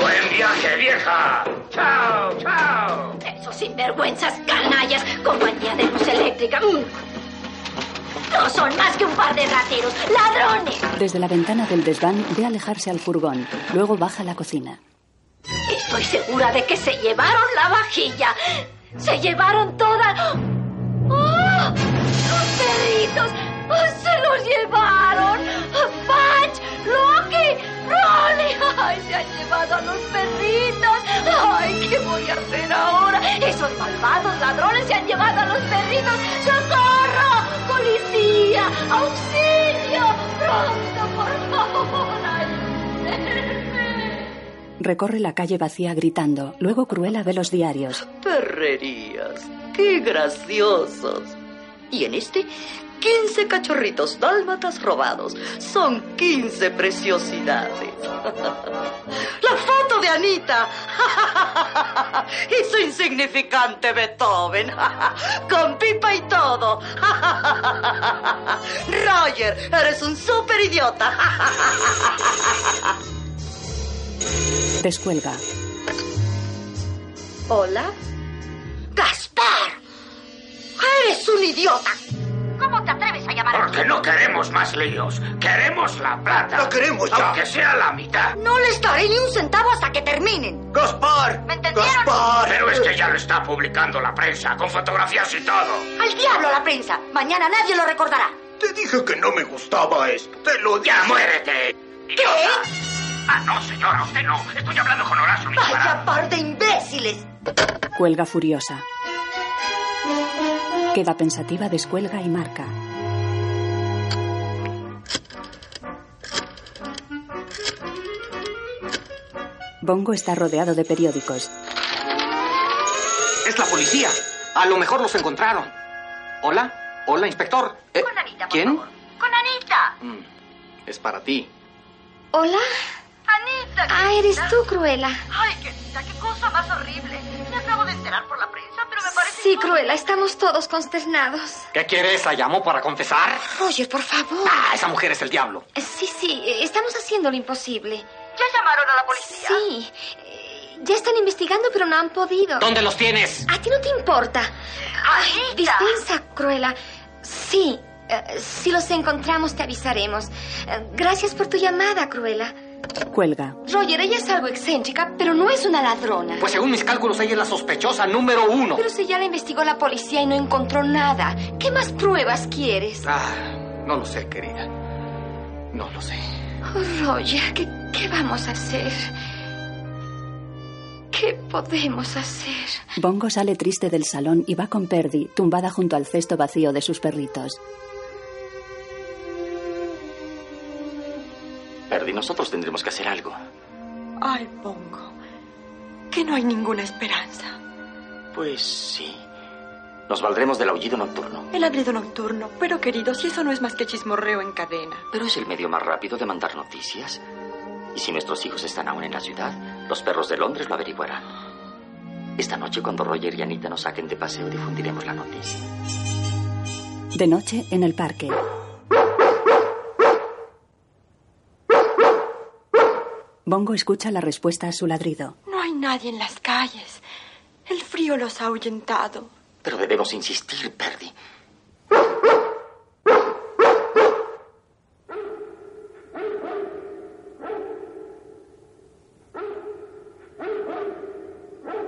[SPEAKER 15] Buen viaje, vieja. Chao, chao.
[SPEAKER 5] Esos sinvergüenzas canallas, compañía de luz eléctrica. Mm. No son más que un par de rateros, ladrones.
[SPEAKER 2] Desde la ventana del desván ve alejarse al furgón. Luego baja a la cocina.
[SPEAKER 5] Estoy segura de que se llevaron la vajilla. Se llevaron toda. ¡Oh! ¡Los perritos! ¡Oh, ¡Se los llevaron! ¡Ah, ¡Patch! ¡Loki! ¡Ronnie! ¡Ay, se han llevado a los perritos! ¡Ay, qué voy a hacer ahora! ¡Esos malvados ladrones se han llevado a los perritos! ¡Socorro! ¡Policía! ¡Auxilio! ¡Pronto, por favor! ¡Ayúdenme!
[SPEAKER 2] Recorre la calle vacía gritando. Luego Cruella ve los diarios.
[SPEAKER 8] Perrerías. ¡Qué graciosos! Y en este, 15 cachorritos dálmatas robados. Son 15 preciosidades. [LAUGHS] La foto de Anita. [LAUGHS] Y su insignificante Beethoven. [LAUGHS] Con pipa y todo. [LAUGHS] Roger, eres un super idiota.
[SPEAKER 2] Descuelga.
[SPEAKER 8] [LAUGHS] Hola. ¡Gaspar! ¡Eres un idiota!
[SPEAKER 5] ¿Cómo te atreves a llamar
[SPEAKER 15] Porque no queremos más líos. Queremos la plata.
[SPEAKER 16] La queremos ya.
[SPEAKER 15] Aunque sea la mitad.
[SPEAKER 8] No les daré ni un centavo hasta que terminen.
[SPEAKER 16] ¡Gaspar!
[SPEAKER 8] ¿Me entendieron?
[SPEAKER 16] ¡Gaspar!
[SPEAKER 15] Pero es que ya lo está publicando la prensa, con fotografías y todo.
[SPEAKER 8] ¡Al diablo la prensa! Mañana nadie lo recordará.
[SPEAKER 16] Te dije que no me gustaba esto. Te lo dije.
[SPEAKER 15] ¡Ya muérete!
[SPEAKER 8] ¿Qué?
[SPEAKER 15] Ah, no, señora, usted no. Estoy hablando con Horacio. mi
[SPEAKER 8] ¡Vaya
[SPEAKER 15] camarada.
[SPEAKER 8] par de imbéciles!
[SPEAKER 2] Cuelga furiosa. Queda pensativa, descuelga y marca. Bongo está rodeado de periódicos.
[SPEAKER 4] Es la policía. A lo mejor los encontraron. Hola, hola, inspector. Eh,
[SPEAKER 5] Con Anita, por
[SPEAKER 4] ¿Quién?
[SPEAKER 5] favor. ¡Con Anita!
[SPEAKER 4] Mm, Es para ti.
[SPEAKER 11] ¿Hola?
[SPEAKER 5] ¡Anita!
[SPEAKER 11] Ah, eres tú, Cruella.
[SPEAKER 5] ¡Ay, querida, qué cosa más horrible! Me acabo de enterar por la prensa, pero me parece...
[SPEAKER 11] Sí, Cruella, estamos todos consternados.
[SPEAKER 4] ¿Qué quieres? ¿La llamó para confesar?
[SPEAKER 11] Roger, por favor.
[SPEAKER 4] Ah, esa mujer es el diablo.
[SPEAKER 11] Sí, sí, eh, estamos haciendo lo imposible.
[SPEAKER 5] ¿Ya llamaron a la policía?
[SPEAKER 11] Sí. eh, Ya están investigando, pero no han podido.
[SPEAKER 4] ¿Dónde los tienes?
[SPEAKER 11] A ti no te importa. Ay, dispensa, Cruella. Sí, eh, si los encontramos te avisaremos. Eh, Gracias por tu llamada, Cruella.
[SPEAKER 2] Cuelga.
[SPEAKER 11] Roger, ella es algo excéntrica, pero no es una ladrona.
[SPEAKER 4] Pues según mis cálculos, ella es la sospechosa número uno.
[SPEAKER 11] Pero si ya la investigó la policía y no encontró nada, ¿qué más pruebas quieres?
[SPEAKER 4] Ah, no lo sé, querida. No lo sé.
[SPEAKER 11] Oh, Roger, ¿qué, qué vamos a hacer? ¿Qué podemos hacer?
[SPEAKER 2] Bongo sale triste del salón y va con Perdi, tumbada junto al cesto vacío de sus perritos.
[SPEAKER 3] Perdi, nosotros tendremos que hacer algo.
[SPEAKER 7] Ay, Pongo, que no hay ninguna esperanza.
[SPEAKER 3] Pues sí. Nos valdremos del aullido nocturno.
[SPEAKER 7] El abrido nocturno, pero querido, si eso no es más que chismorreo en cadena.
[SPEAKER 3] Pero es el medio más rápido de mandar noticias. Y si nuestros hijos están aún en la ciudad, los perros de Londres lo averiguarán. Esta noche, cuando Roger y Anita nos saquen de paseo, difundiremos la noticia.
[SPEAKER 2] De noche, en el parque. Bongo escucha la respuesta a su ladrido.
[SPEAKER 7] No hay nadie en las calles. El frío los ha ahuyentado.
[SPEAKER 3] Pero debemos insistir, Perdi.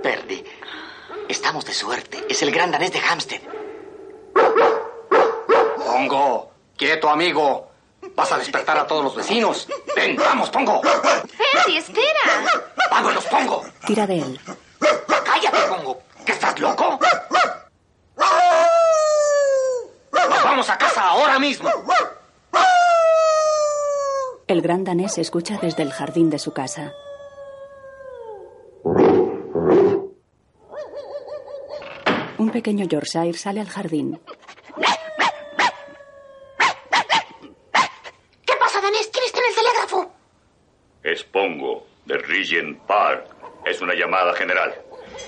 [SPEAKER 3] Perdi, estamos de suerte. Es el gran danés de Hampstead.
[SPEAKER 4] Pongo, quieto, amigo. Vas a despertar a todos los vecinos. Ven, vamos, Pongo.
[SPEAKER 11] Perry,
[SPEAKER 14] este
[SPEAKER 11] espera.
[SPEAKER 4] Vámonos, Pongo.
[SPEAKER 2] Tira de él.
[SPEAKER 4] Cállate, Pongo. ¿Que estás loco? Nos vamos a casa ahora mismo.
[SPEAKER 2] El gran danés escucha desde el jardín de su casa. Un pequeño Yorkshire sale al jardín.
[SPEAKER 10] ¿Qué pasa, Danés? ¿Quién está en el telégrafo?
[SPEAKER 17] Es Pongo, de Regent Park. Es una llamada general.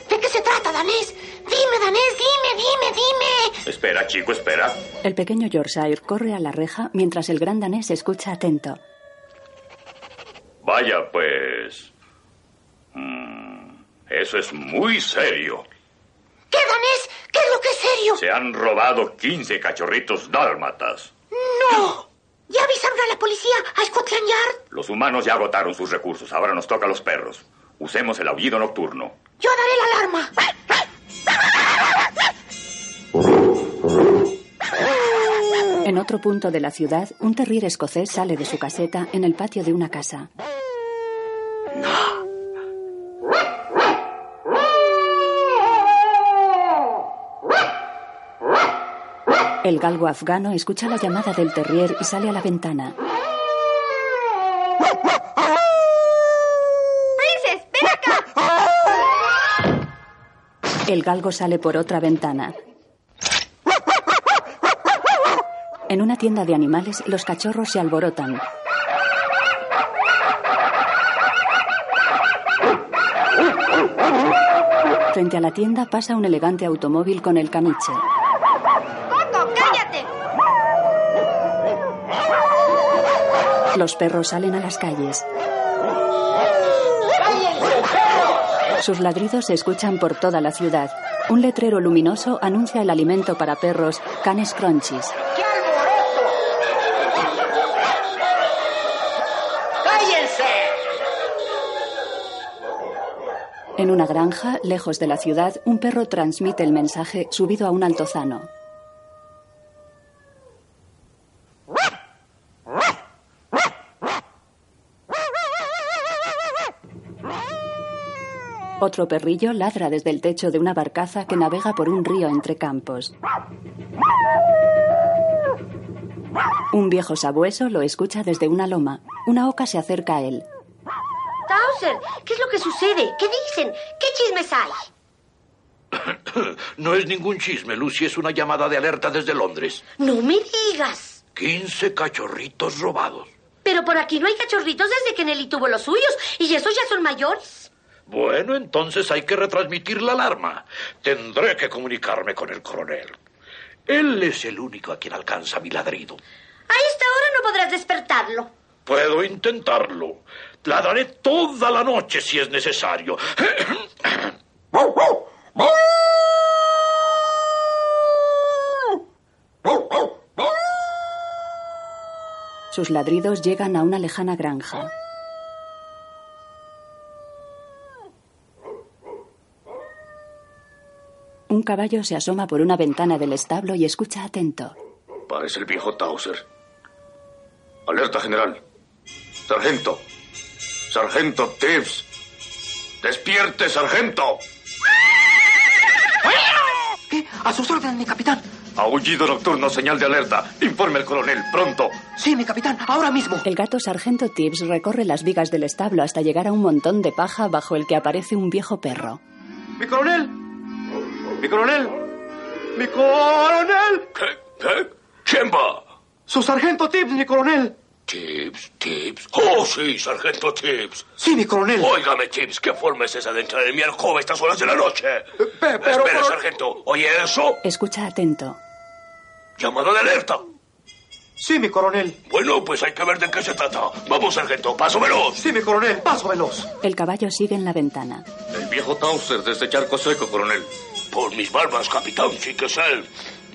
[SPEAKER 10] ¿De qué se trata, Danés? Dime, Danés, dime, dime, dime.
[SPEAKER 17] Espera, chico, espera.
[SPEAKER 2] El pequeño Yorkshire corre a la reja mientras el gran danés escucha atento.
[SPEAKER 17] Vaya, pues... mm, eso es muy serio.
[SPEAKER 10] ¿Qué, Danés? ¿Qué es lo que es serio?
[SPEAKER 5] mío!
[SPEAKER 17] Se han robado 15 cachorritos dálmatas.
[SPEAKER 5] ¡No! ¿Ya avisaron a la policía? ¿A Scotland Yard?
[SPEAKER 17] Los humanos ya agotaron sus recursos. Ahora nos toca a los perros. Usemos el aullido nocturno.
[SPEAKER 5] Yo daré la alarma.
[SPEAKER 2] En otro punto de la ciudad, un terrier escocés sale de su caseta en el patio de una casa. El galgo afgano escucha la llamada del terrier y sale a la ventana.
[SPEAKER 5] ¡Princess, ven acá!
[SPEAKER 2] El galgo sale por otra ventana. En una tienda de animales, los cachorros se alborotan. Frente a la tienda pasa un elegante automóvil con el caniche.
[SPEAKER 5] ¡Coco, cállate!
[SPEAKER 2] Los perros salen a las calles. Sus ladridos se escuchan por toda la ciudad. Un letrero luminoso anuncia el alimento para perros, canes crunchies.
[SPEAKER 5] ¡Cállense!
[SPEAKER 2] En una granja, lejos de la ciudad, un perro transmite el mensaje subido a un altozano. Otro perrillo ladra desde el techo de una barcaza que navega por un río entre campos. Un viejo sabueso lo escucha desde una loma. Una oca se acerca a él.
[SPEAKER 5] Towser, ¿qué es lo que sucede? ¿Qué dicen? ¿Qué chismes hay?
[SPEAKER 8] [CLEARS THROAT] No es ningún chisme, Lucy, es una llamada de alerta desde Londres.
[SPEAKER 5] No me digas.
[SPEAKER 8] 15 cachorritos robados.
[SPEAKER 5] Pero por aquí no hay cachorritos desde que Nelly tuvo los suyos. Y esos ya son mayores.
[SPEAKER 8] Bueno, entonces hay que retransmitir la alarma. Tendré que comunicarme con el coronel. Él es el único a quien alcanza mi ladrido.
[SPEAKER 5] A esta hora no podrás despertarlo.
[SPEAKER 8] Puedo intentarlo. Ladraré toda la noche si es necesario. [CLEARS THROAT]
[SPEAKER 2] Sus ladridos llegan a una lejana granja. Un caballo se asoma por una ventana del establo y escucha atento.
[SPEAKER 18] Parece el viejo Tauser. Alerta general. Sargento. Sargento Tibbs. Despierte, sargento.
[SPEAKER 4] ¿Qué? A sus órdenes, mi capitán.
[SPEAKER 18] Aullido nocturno, señal de alerta. Informe el coronel, pronto.
[SPEAKER 4] Sí, mi capitán, ahora mismo.
[SPEAKER 2] El gato sargento Tibbs recorre las vigas del establo hasta llegar a un montón de paja bajo el que aparece un viejo perro.
[SPEAKER 9] ¡Mi coronel! ¡Mi coronel! ¡Mi coronel!
[SPEAKER 19] ¿Qué? ¿Quién va?
[SPEAKER 9] ¡Su sargento Tibbs, mi coronel!
[SPEAKER 19] Chips, Chips. Oh, sí, sargento Chips.
[SPEAKER 9] Sí, mi coronel.
[SPEAKER 19] Óigame, Chips, ¿qué forma es esa de entrar en mi alcoba a estas horas de la noche? Espere, sargento. ¿Oye
[SPEAKER 4] Oh.
[SPEAKER 19] eso?
[SPEAKER 2] Escucha atento.
[SPEAKER 19] Llamada de alerta.
[SPEAKER 9] Sí, mi coronel.
[SPEAKER 19] Bueno, pues hay que ver de qué se trata. Vamos, sargento, paso veloz.
[SPEAKER 9] Sí, mi coronel, paso veloz.
[SPEAKER 2] El caballo sigue en la ventana.
[SPEAKER 18] El viejo Tauser desde Charco Seco, coronel.
[SPEAKER 19] Por mis barbas, capitán, sí que es él.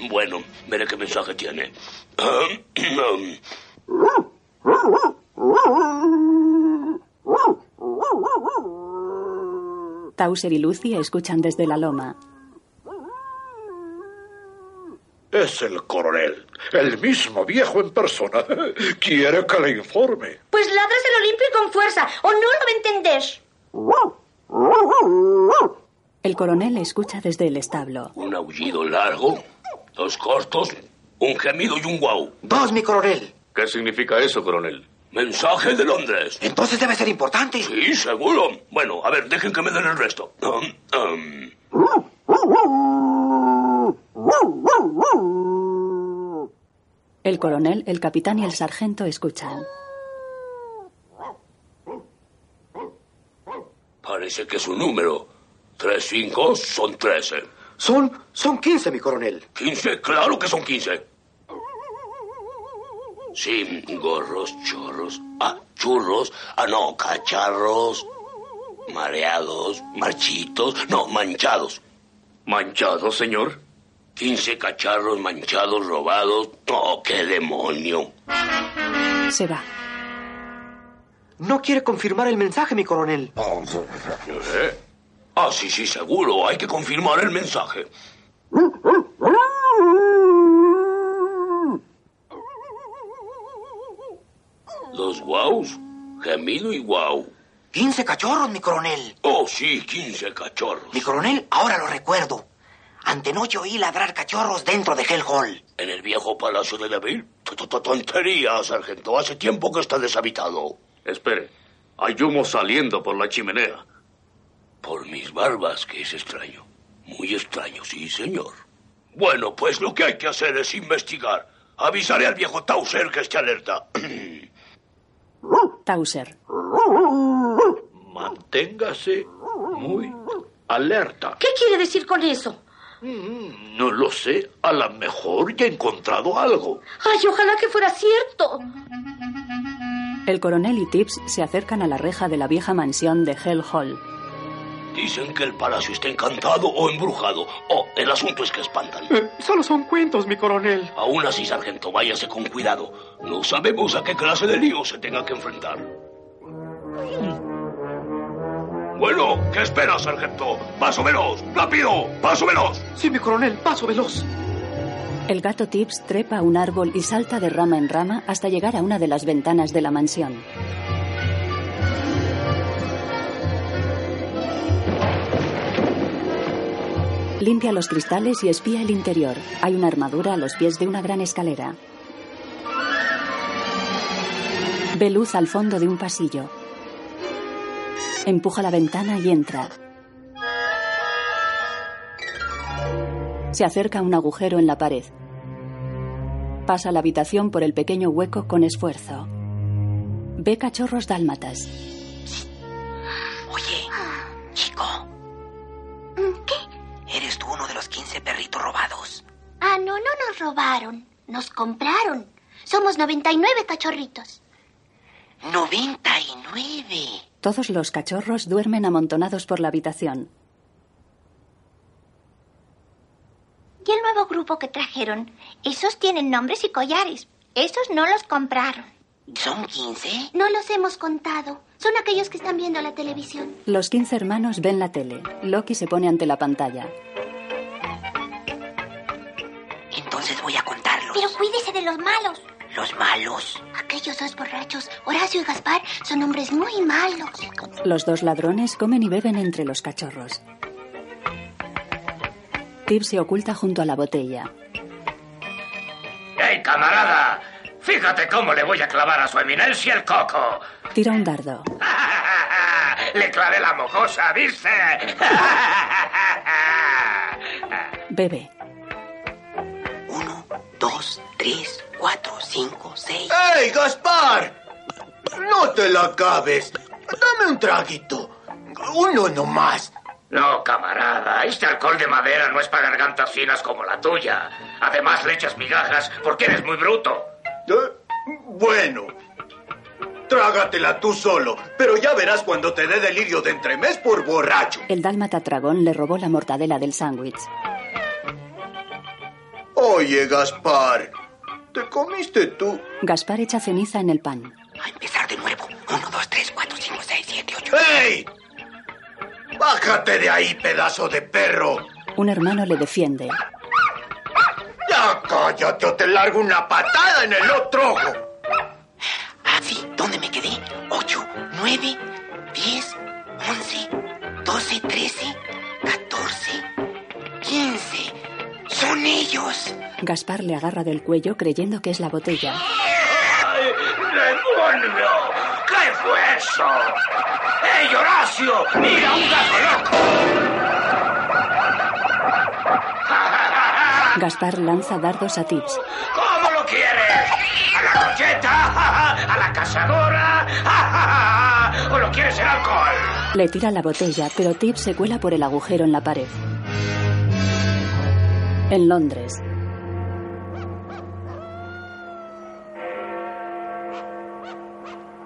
[SPEAKER 19] Bueno, veré qué mensaje tiene.
[SPEAKER 2] Tauser y Lucy escuchan desde la loma.
[SPEAKER 8] [CLEARS THROAT] Es el coronel, el mismo viejo en persona. [LAUGHS] Quiere que le informe.
[SPEAKER 5] Pues ladras el Olimpio con fuerza, o Oh, no lo va a entender.
[SPEAKER 2] El coronel escucha desde el establo.
[SPEAKER 19] Un aullido largo, dos cortos, un gemido y un guau.
[SPEAKER 4] Dos, mi coronel.
[SPEAKER 18] ¿Qué significa eso, coronel?
[SPEAKER 19] Mensaje de Londres.
[SPEAKER 4] Entonces debe ser importante.
[SPEAKER 19] Sí, seguro. Bueno, a ver, dejen que me den el resto. Um, um.
[SPEAKER 2] El coronel, el capitán y el sargento escuchan.
[SPEAKER 19] Parece que es un número. Tres cinco son trece.
[SPEAKER 4] Son, son 15, mi coronel.
[SPEAKER 19] ¿Quince? Claro que son quince. Sí, gorros, chorros, ah, churros, ah, no, cacharros, mareados, marchitos, no, manchados.
[SPEAKER 18] ¿Manchados, señor?
[SPEAKER 19] 15 cacharros manchados, robados. ¡Oh, qué demonio!
[SPEAKER 2] Se va.
[SPEAKER 4] No quiere confirmar el mensaje, mi coronel.
[SPEAKER 19] ¿Eh? Ah, sí, sí, seguro. Hay que confirmar el mensaje. Dos guaus. Gemido y guau.
[SPEAKER 4] 15 cachorros, mi coronel.
[SPEAKER 19] Oh, sí, 15 cachorros.
[SPEAKER 4] Mi coronel, ahora lo recuerdo. Antenoche oí ladrar cachorros dentro de Hell Hall.
[SPEAKER 19] En el viejo palacio de Neville. T- t- Tontería, sargento. Hace tiempo que está deshabitado.
[SPEAKER 17] Espere, hay humo saliendo por la chimenea.
[SPEAKER 19] Por mis barbas, que es extraño. Muy extraño, sí, señor. Bueno, pues lo que hay que hacer es investigar. Avisaré al viejo Tauser que esté alerta.
[SPEAKER 2] Tauser.
[SPEAKER 20] [CLEARS THROAT] Manténgase muy alerta.
[SPEAKER 21] ¿Qué quiere decir con eso?
[SPEAKER 20] No lo sé, a lo mejor ya he encontrado algo.
[SPEAKER 21] Ay, ojalá que fuera cierto.
[SPEAKER 2] El coronel y Tips se acercan a la reja de la vieja mansión de Hell Hall.
[SPEAKER 19] Dicen que el palacio está encantado o embrujado. Oh, el asunto es que espantan.
[SPEAKER 4] Solo son cuentos, mi coronel.
[SPEAKER 19] Aún así, sargento, váyase con cuidado. No sabemos a qué clase de lío se tenga que enfrentar. Bueno, ¿qué esperas, sargento? ¡Paso veloz! ¡Rápido! ¡Paso veloz!
[SPEAKER 4] Sí, mi coronel, paso veloz.
[SPEAKER 2] El gato Tips trepa a un árbol y salta de rama en rama hasta llegar a una de las ventanas de la mansión. Limpia los cristales y espía el interior. Hay una armadura a los pies de una gran escalera. Ve luz al fondo de un pasillo. Empuja la ventana y entra. Se acerca a un agujero en la pared. Pasa la habitación por el pequeño hueco con esfuerzo. Ve cachorros dálmatas.
[SPEAKER 4] Oye, chico.
[SPEAKER 5] ¿Mm,
[SPEAKER 4] ¿Qué? Eres tú uno de los 15 perritos robados.
[SPEAKER 10] Ah, no, no nos robaron. Nos compraron. Somos 99 cachorritos.
[SPEAKER 4] 99.
[SPEAKER 2] Todos los cachorros duermen amontonados por la habitación.
[SPEAKER 10] Y el nuevo grupo que trajeron, esos tienen nombres y collares. Esos no los compraron.
[SPEAKER 8] ¿Son 15?
[SPEAKER 10] No los hemos contado. Son aquellos que están viendo la televisión.
[SPEAKER 2] Los 15 hermanos ven la tele. Loki se pone ante la pantalla.
[SPEAKER 8] Entonces voy a contarlos.
[SPEAKER 10] Pero cuídese de los malos.
[SPEAKER 8] Los malos.
[SPEAKER 10] Aquellos dos borrachos, Horacio y Gaspar, son hombres muy malos.
[SPEAKER 2] Los dos ladrones comen y beben entre los cachorros. Tip se oculta junto a la botella.
[SPEAKER 15] ¡Hey, camarada! Fíjate cómo le voy a clavar a su eminencia el coco.
[SPEAKER 2] Tira un dardo.
[SPEAKER 15] Le clavé la mocosa, ¿viste?
[SPEAKER 2] Bebe.
[SPEAKER 8] Dos, tres, cuatro, cinco, seis.
[SPEAKER 16] ¡Ey, Gaspar! No te la acabes. Dame un traguito. Uno nomás.
[SPEAKER 15] No, camarada, este alcohol de madera no es para gargantas finas como la tuya. Además, le echas migajas porque eres muy bruto.
[SPEAKER 16] Eh, Bueno. Trágatela tú solo, pero ya verás cuando te dé delirio de entremés por borracho.
[SPEAKER 2] El dálmata dragón le robó la mortadela del sándwich.
[SPEAKER 16] Oye, Gaspar, ¿te comiste tú?
[SPEAKER 2] Gaspar echa ceniza en el pan.
[SPEAKER 8] Empezar de nuevo. Uno, dos, tres, cuatro, cinco, seis, siete, ocho.
[SPEAKER 16] ¡Ey! ¡Bájate de ahí, pedazo de perro!
[SPEAKER 2] Un hermano le defiende.
[SPEAKER 16] ¡Ya cállate o te largo una patada en el otro ojo!
[SPEAKER 8] Ah, sí, ¿dónde me quedé? Ocho, nueve, diez, once, doce, trece, catorce, quince. ¡Son ellos!
[SPEAKER 2] Gaspar le agarra del cuello creyendo que es la botella.
[SPEAKER 15] ¡Ay, demonio! ¿Qué fue eso? ¡Ey, Horacio! ¡Mira un gato loco!
[SPEAKER 2] Gaspar lanza dardos a Tips.
[SPEAKER 15] ¿Cómo lo quieres? ¿A la cocheta? [LAUGHS] ¿A la cazadora? [LAUGHS] ¿O lo quieres el alcohol?
[SPEAKER 2] Le tira la botella, pero Tips se cuela por el agujero en la pared. En Londres,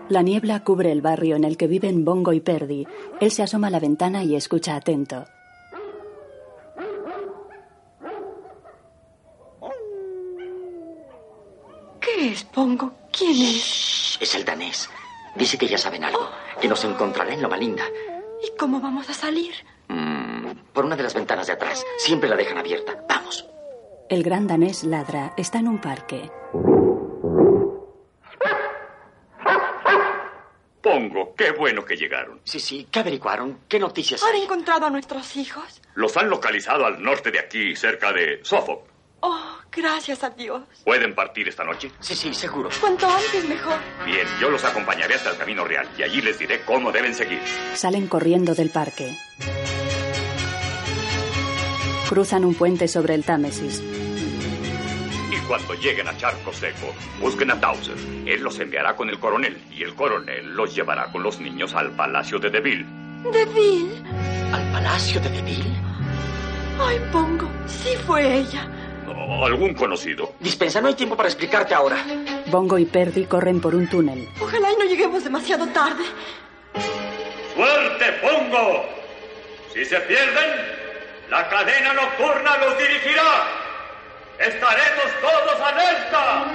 [SPEAKER 2] la niebla cubre el barrio en el que viven Bongo y Perdi. Él se asoma a la ventana y escucha atento.
[SPEAKER 7] ¿Qué es Pongo? ¿Quién es?
[SPEAKER 3] Es el danés. Dice que ya saben algo, que nos encontrará en Loma Linda.
[SPEAKER 7] ¿Y cómo vamos a salir?
[SPEAKER 3] Mm, por una de las ventanas de atrás. Siempre la dejan abierta. Vamos.
[SPEAKER 2] El gran danés ladra. Está en un parque.
[SPEAKER 17] Pongo, qué bueno que llegaron.
[SPEAKER 3] Sí, sí, ¿qué averiguaron? ¿Qué noticias
[SPEAKER 7] ¿Han encontrado a nuestros hijos?
[SPEAKER 17] Los han localizado al norte de aquí, cerca de Suffolk.
[SPEAKER 7] Oh, gracias a Dios.
[SPEAKER 17] ¿Pueden partir esta noche?
[SPEAKER 3] Sí, sí, seguro.
[SPEAKER 7] Cuanto antes mejor.
[SPEAKER 17] Bien, yo los acompañaré hasta el camino real y allí les diré cómo deben seguir.
[SPEAKER 2] Salen corriendo del parque. Cruzan un puente sobre el Támesis.
[SPEAKER 17] Y cuando lleguen a Charco Seco, busquen a Towser. Él los enviará con el coronel y el coronel los llevará con los niños al palacio de Deville.
[SPEAKER 7] Deville.
[SPEAKER 3] ¿Al palacio de Deville?
[SPEAKER 7] Ay, Pongo, sí fue ella.
[SPEAKER 17] O Oh, algún conocido.
[SPEAKER 3] Dispensa, no hay tiempo para explicarte ahora.
[SPEAKER 2] Bongo y Perdi corren por un túnel.
[SPEAKER 7] Ojalá y no lleguemos demasiado tarde.
[SPEAKER 17] ¡Fuerte, Pongo! Si se pierden, la cadena nocturna los dirigirá. Estaremos todos alerta.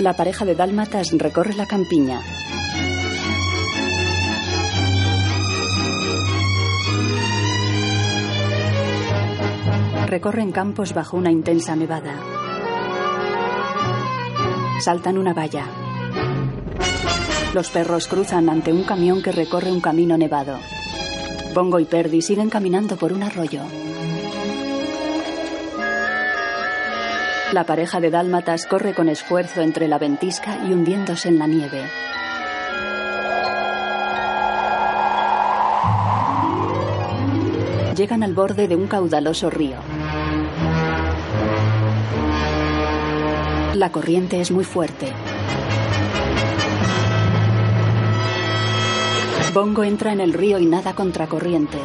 [SPEAKER 2] La pareja de dálmatas recorre la campiña. Recorren campos bajo una intensa nevada. Saltan una valla. Los perros cruzan ante un camión que recorre un camino nevado. Bongo y Perdi siguen caminando por un arroyo. La pareja de dálmatas corre con esfuerzo entre la ventisca y hundiéndose en la nieve. Llegan al borde de un caudaloso río. La corriente es muy fuerte. Bongo entra en el río y nada contracorriente.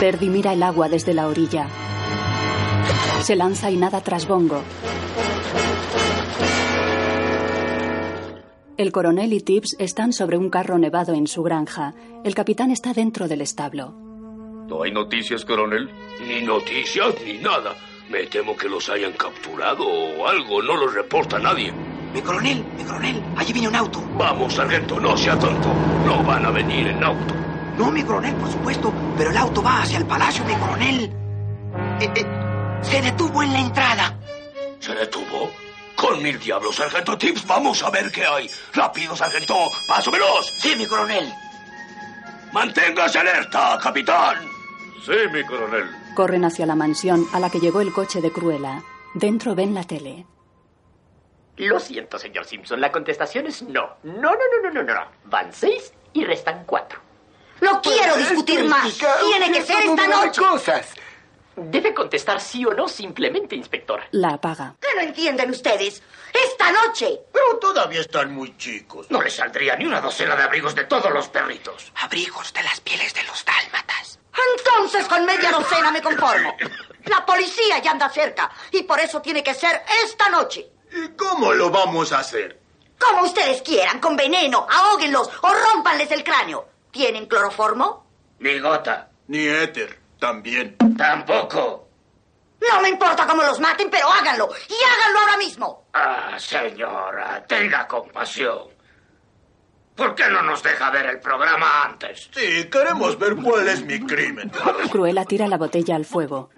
[SPEAKER 2] Perdi mira el agua desde la orilla. Se lanza y nada tras Bongo. El coronel y Tips están sobre un carro nevado en su granja. El capitán está dentro del establo.
[SPEAKER 17] ¿No hay noticias, coronel?
[SPEAKER 19] Ni noticias ni nada. Me temo que los hayan capturado o algo. No los reporta nadie.
[SPEAKER 4] Mi coronel, mi coronel, allí viene un auto.
[SPEAKER 19] Vamos, sargento, no sea tonto. No van a venir en auto.
[SPEAKER 4] No, mi coronel, por supuesto, pero el auto va hacia el palacio, mi coronel. Eh, eh, se detuvo en la entrada.
[SPEAKER 19] ¿Se detuvo? Con mil diablos, sargento Tips. Vamos a ver qué hay. Rápido, sargento. Paso veloz.
[SPEAKER 4] Sí, mi coronel.
[SPEAKER 19] Manténgase alerta, capitán.
[SPEAKER 17] Sí, mi coronel.
[SPEAKER 2] Corren hacia la mansión a la que llegó el coche de Cruella. Dentro ven la tele.
[SPEAKER 3] Lo siento, señor Simpson. La contestación es no. No, no, no, no, no, no. Van seis y restan cuatro.
[SPEAKER 8] No quiero discutir más. Tiene que ser esta noche.
[SPEAKER 3] cosas. Debe contestar sí o no simplemente, inspector.
[SPEAKER 2] La apaga.
[SPEAKER 8] ¿Qué no entienden ustedes? Esta noche.
[SPEAKER 19] Pero todavía están muy chicos.
[SPEAKER 15] No les saldría ni una docena de abrigos de todos los perritos.
[SPEAKER 4] Abrigos de las pieles de los dálmatas.
[SPEAKER 8] Entonces con media docena me
[SPEAKER 15] [LAUGHS]
[SPEAKER 8] conformo. La policía ya anda cerca y por eso tiene que ser esta noche.
[SPEAKER 16] ¿Y cómo lo vamos a hacer?
[SPEAKER 8] Como ustedes quieran, con veneno, ahóguenlos o rómpanles el cráneo. ¿Tienen cloroformo?
[SPEAKER 15] Ni gota.
[SPEAKER 16] Ni éter, también.
[SPEAKER 15] Tampoco.
[SPEAKER 8] No me importa cómo los maten, pero háganlo. Y háganlo ahora mismo.
[SPEAKER 15] Ah, señora, tenga compasión. ¿Por qué no nos deja ver el programa antes?
[SPEAKER 16] Sí, queremos ver cuál es mi crimen.
[SPEAKER 2] Cruella tira la botella al fuego.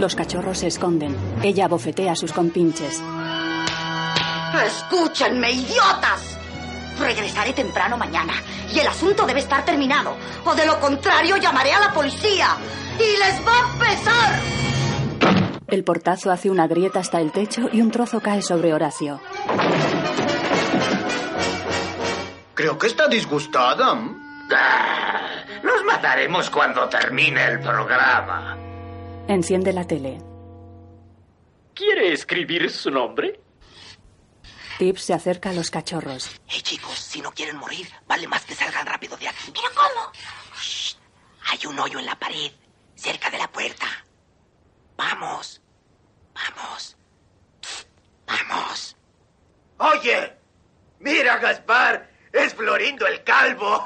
[SPEAKER 2] Los cachorros se esconden. Ella bofetea a sus compinches.
[SPEAKER 8] Escúchenme, idiotas. Regresaré temprano mañana y el asunto debe estar terminado. O de lo contrario llamaré a la policía y les va a pesar.
[SPEAKER 2] El portazo hace una grieta hasta el techo y un trozo cae sobre Horacio.
[SPEAKER 16] Creo que está disgustada. ¿m?
[SPEAKER 15] Ah, los mataremos cuando termine el programa.
[SPEAKER 2] Enciende la tele.
[SPEAKER 13] ¿Quiere escribir su nombre?
[SPEAKER 2] Tips se acerca a los cachorros.
[SPEAKER 4] Hey, chicos, si no quieren morir, vale más que salgan rápido de aquí.
[SPEAKER 8] ¿Pero cómo?
[SPEAKER 4] Shh. Hay un hoyo en la pared, cerca de la puerta. Vamos. Vamos. Psst. Vamos.
[SPEAKER 15] Oye, mira, Gaspar,
[SPEAKER 22] Es Florindo el
[SPEAKER 16] [LAUGHS]
[SPEAKER 22] calvo.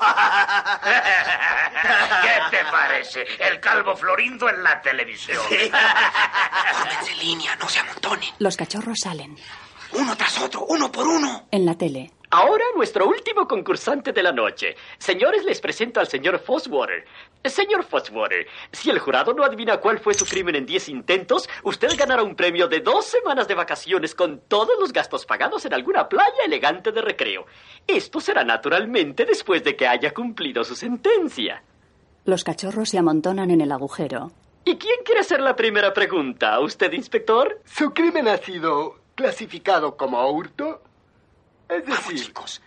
[SPEAKER 15] ¿Qué te parece? El calvo Florindo en la televisión.
[SPEAKER 23] Pónganse en línea, no se amontonen.
[SPEAKER 2] Los cachorros salen.
[SPEAKER 23] Uno tras otro, uno por uno.
[SPEAKER 2] En la tele.
[SPEAKER 24] Ahora nuestro último concursante de la noche. Señores, les presento al señor Foswater. Señor Foswater, si el jurado no adivina cuál fue su crimen en 10 intentos, usted ganará un premio de dos semanas de vacaciones con todos los gastos pagados en alguna playa elegante de recreo. Esto será naturalmente después de que haya cumplido su sentencia.
[SPEAKER 2] Los cachorros se amontonan en el agujero.
[SPEAKER 24] ¿Y quién quiere hacer la primera pregunta? ¿Usted, inspector?
[SPEAKER 25] ¿Su crimen ha sido clasificado como hurto? Es decir, Vamos, chicos.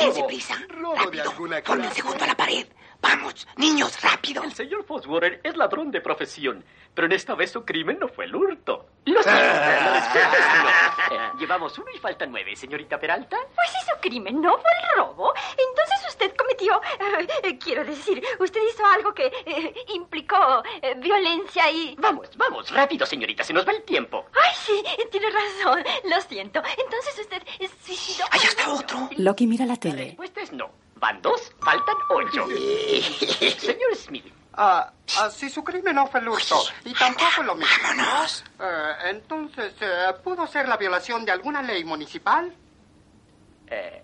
[SPEAKER 23] Dense prisa. rápido. Ponlo segundo a la pared. Vamos, niños, rápido.
[SPEAKER 24] El señor Foswater es ladrón de profesión, pero en esta vez su crimen no fue el hurto. Lo Eh, Llevamos uno y faltan nueve, señorita Peralta.
[SPEAKER 26] Pues si su crimen no fue el robo, entonces usted cometió, eh, eh, quiero decir, usted hizo algo que eh, implicó
[SPEAKER 5] eh,
[SPEAKER 26] violencia y...
[SPEAKER 24] Vamos, vamos, rápido, señorita, se nos va el tiempo.
[SPEAKER 26] Ay, sí, tiene razón, lo siento. Entonces usted es suicidó...
[SPEAKER 23] Ahí está otro.
[SPEAKER 2] Loki mira la tele.
[SPEAKER 24] Pues es no. Van dos, faltan ocho. Señor Smith,
[SPEAKER 25] Ah, ah, si su crimen no fue el hurto y tampoco lo mismo. Eh, entonces, eh, ¿pudo ser la violación de alguna ley municipal?
[SPEAKER 24] eh,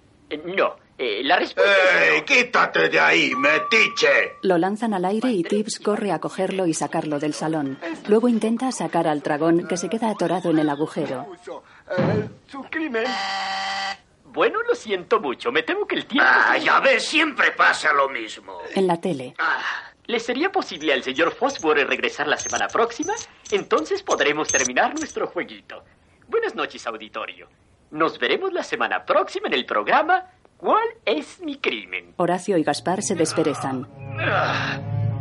[SPEAKER 24] no. Eh, la respuesta es
[SPEAKER 16] ¡Ey,
[SPEAKER 24] no.
[SPEAKER 16] quítate de ahí, metiche!
[SPEAKER 2] Lo lanzan al aire y Tibbs corre a cogerlo y sacarlo del salón. Luego intenta sacar al dragón que se queda atorado en el agujero.
[SPEAKER 25] Eh, su crimen.
[SPEAKER 24] Bueno, lo siento mucho. Me temo que el tiempo.
[SPEAKER 15] Ah, ya ves, siempre pasa lo mismo.
[SPEAKER 2] En la tele.
[SPEAKER 24] ¿Le sería posible al señor Fosbury regresar la semana próxima? Entonces podremos terminar nuestro jueguito. Buenas noches, auditorio. Nos veremos la semana próxima en el programa ¿Cuál es mi crimen?
[SPEAKER 2] Horacio y Gaspar se desperezan.
[SPEAKER 15] Ah,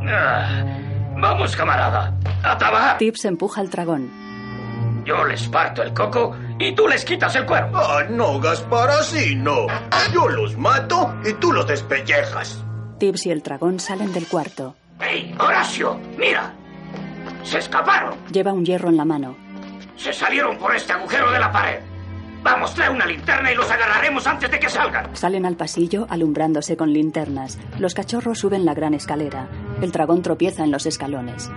[SPEAKER 15] ah. Vamos, camarada, a trabajar.
[SPEAKER 2] Tibbs empuja al dragón.
[SPEAKER 15] Yo les parto el coco y tú les quitas el cuero.
[SPEAKER 16] Ah, no, Gaspar, así no. Yo los mato y tú los despellejas.
[SPEAKER 2] Tibbs y el dragón salen del cuarto.
[SPEAKER 15] ¡Ey, Horacio! ¡Mira! Se escaparon.
[SPEAKER 2] Lleva un hierro en la mano.
[SPEAKER 15] Se salieron por este agujero de la pared. Vamos, trae una linterna y los agarraremos antes de que salgan.
[SPEAKER 2] Salen al pasillo alumbrándose con linternas. Los cachorros suben la gran escalera. El dragón tropieza en los escalones.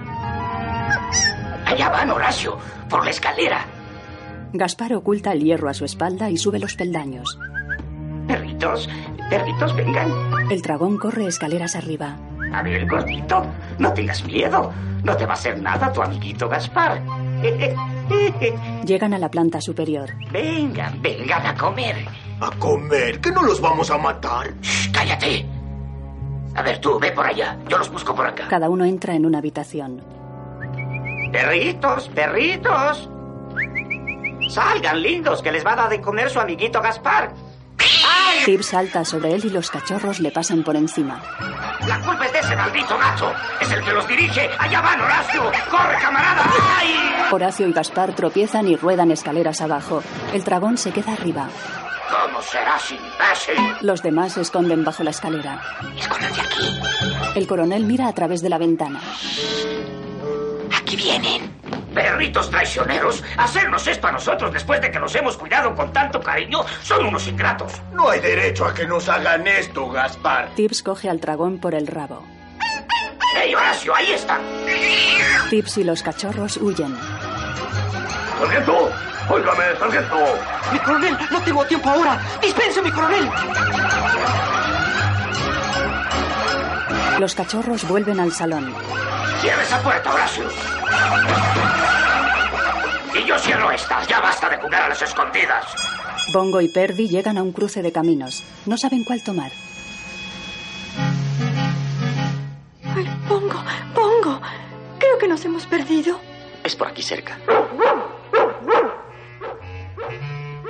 [SPEAKER 15] Allá van, Horacio, por la escalera.
[SPEAKER 2] Gaspar oculta el hierro a su espalda y sube los peldaños.
[SPEAKER 15] Perritos, perritos, vengan.
[SPEAKER 2] El dragón corre escaleras arriba.
[SPEAKER 15] A ver, gordito, no tengas miedo. No te va a hacer nada tu amiguito Gaspar.
[SPEAKER 2] Llegan a la planta superior.
[SPEAKER 15] vengan, vengan a comer.
[SPEAKER 16] A comer, que no los vamos a matar.
[SPEAKER 15] ¡Cállate! A ver, tú, ve por allá. Yo los busco por acá.
[SPEAKER 2] Cada uno entra en una habitación.
[SPEAKER 15] Perritos, perritos. Salgan, lindos, que les va a dar de comer su amiguito Gaspar.
[SPEAKER 2] Tib salta sobre él y los cachorros le pasan por encima.
[SPEAKER 15] La culpa es de ese maldito gato. Es el que los dirige. Allá van, Horacio. ¡Corre, camarada! ¡Ay!
[SPEAKER 2] Horacio y Gaspar tropiezan y ruedan escaleras abajo. El dragón se queda arriba.
[SPEAKER 15] ¿Cómo serás imbécil?
[SPEAKER 2] Los demás se esconden bajo la escalera. aquí. El coronel mira a través de la ventana.
[SPEAKER 15] Aquí vienen. Perritos traicioneros, hacernos esto a nosotros después de que los hemos cuidado con tanto cariño, son unos ingratos.
[SPEAKER 16] No hay derecho a que nos hagan esto, Gaspar.
[SPEAKER 2] Tibbs coge al dragón por el rabo.
[SPEAKER 15] ¡Ey, Horacio, ahí están!
[SPEAKER 2] Tibbs y los cachorros huyen.
[SPEAKER 16] ¡Sargento! ¡Óigame, sargento!
[SPEAKER 4] Mi coronel, no tengo tiempo ahora. Dispense, mi coronel.
[SPEAKER 2] Los cachorros vuelven al salón.
[SPEAKER 15] Cierra esa puerta, Horacio. Y yo cierro esta. Ya basta de jugar a las escondidas.
[SPEAKER 2] Bongo y Perdi llegan a un cruce de caminos. No saben cuál tomar.
[SPEAKER 7] Ay, Pongo, Pongo, creo que nos hemos perdido.
[SPEAKER 24] Es por aquí cerca.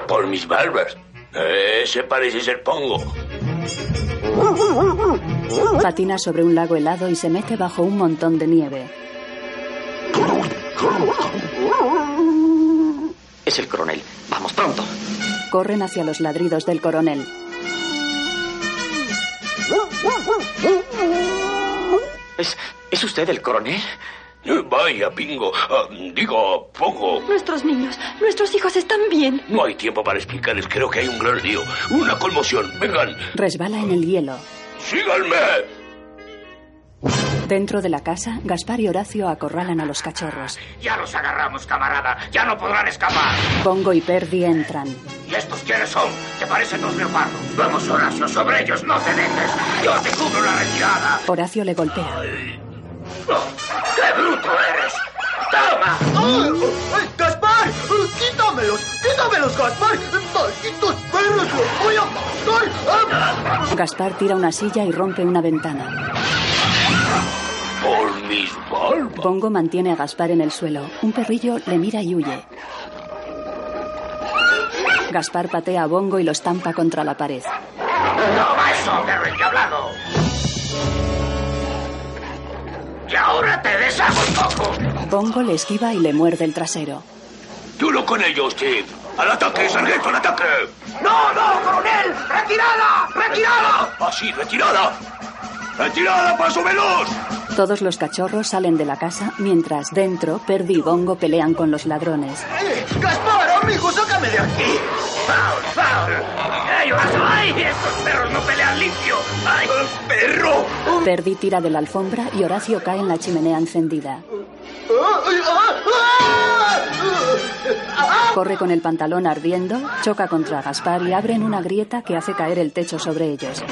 [SPEAKER 19] Por mis barbas. Ese parece ser Pongo.
[SPEAKER 2] Patina sobre un lago helado y se mete bajo un montón de nieve.
[SPEAKER 24] Es el coronel. Vamos pronto.
[SPEAKER 2] Corren hacia los ladridos del coronel.
[SPEAKER 24] ¿Es, ¿Es usted el coronel?
[SPEAKER 19] Eh, Vaya, bingo. Ah, digo, pongo.
[SPEAKER 7] Nuestros niños, nuestros hijos están bien.
[SPEAKER 19] No hay tiempo para explicarles. Creo que hay un gran lío. Una conmoción. Vengan,
[SPEAKER 2] Resbala en el hielo.
[SPEAKER 19] síganme.
[SPEAKER 2] Dentro de la casa, Gaspar y Horacio acorralan a los cachorros.
[SPEAKER 15] Ya los agarramos, camarada. Ya no podrán escapar.
[SPEAKER 2] Pongo y Perdi entran.
[SPEAKER 15] ¿Y estos quiénes son? ¿Te parecen dos leopardos? Vamos, Horacio, sobre ellos. No te dejes. Yo te cubro la retirada.
[SPEAKER 2] Horacio le golpea.
[SPEAKER 15] ¡Qué bruto eres! ¡Toma!
[SPEAKER 22] ¡Gaspar! ¡Quítamelos! ¡Quítamelos, Gaspar! ¡Malditos perros! ¡Los voy a matar!
[SPEAKER 2] Gaspar tira una silla y rompe una ventana.
[SPEAKER 19] Por mis barbas.
[SPEAKER 2] Bongo mantiene a Gaspar en el suelo. Un perrillo le mira y huye. Gaspar patea a Bongo y lo estampa contra la pared.
[SPEAKER 15] ¡Toma eso, perro endiablado! ¡Y ahora te deshago un poco!
[SPEAKER 2] Bongo le esquiva y le muerde el trasero.
[SPEAKER 19] Duro con ellos, Steve. Al ataque, sargento, al ataque.
[SPEAKER 15] ¡No, no, coronel! ¡Retirada! ¡Retirada!
[SPEAKER 19] Así, Ah, retirada. Retirada, paso veloz.
[SPEAKER 2] Todos los cachorros salen de la casa mientras dentro Perdi y Bongo pelean con los ladrones.
[SPEAKER 22] ¡Eh, ¡Gaspar, amigo, sácame de aquí!
[SPEAKER 15] ¡Foul, foul! ¡Ey, Horacio! ¡Ay, estos perros no pelean limpio! ¡Ay, perro!
[SPEAKER 2] Perdi tira de la alfombra y Horacio cae en la chimenea encendida.
[SPEAKER 22] ¡Ah,
[SPEAKER 2] Corre con el pantalón ardiendo, choca contra Gaspar y abren una grieta que hace caer el techo sobre ellos.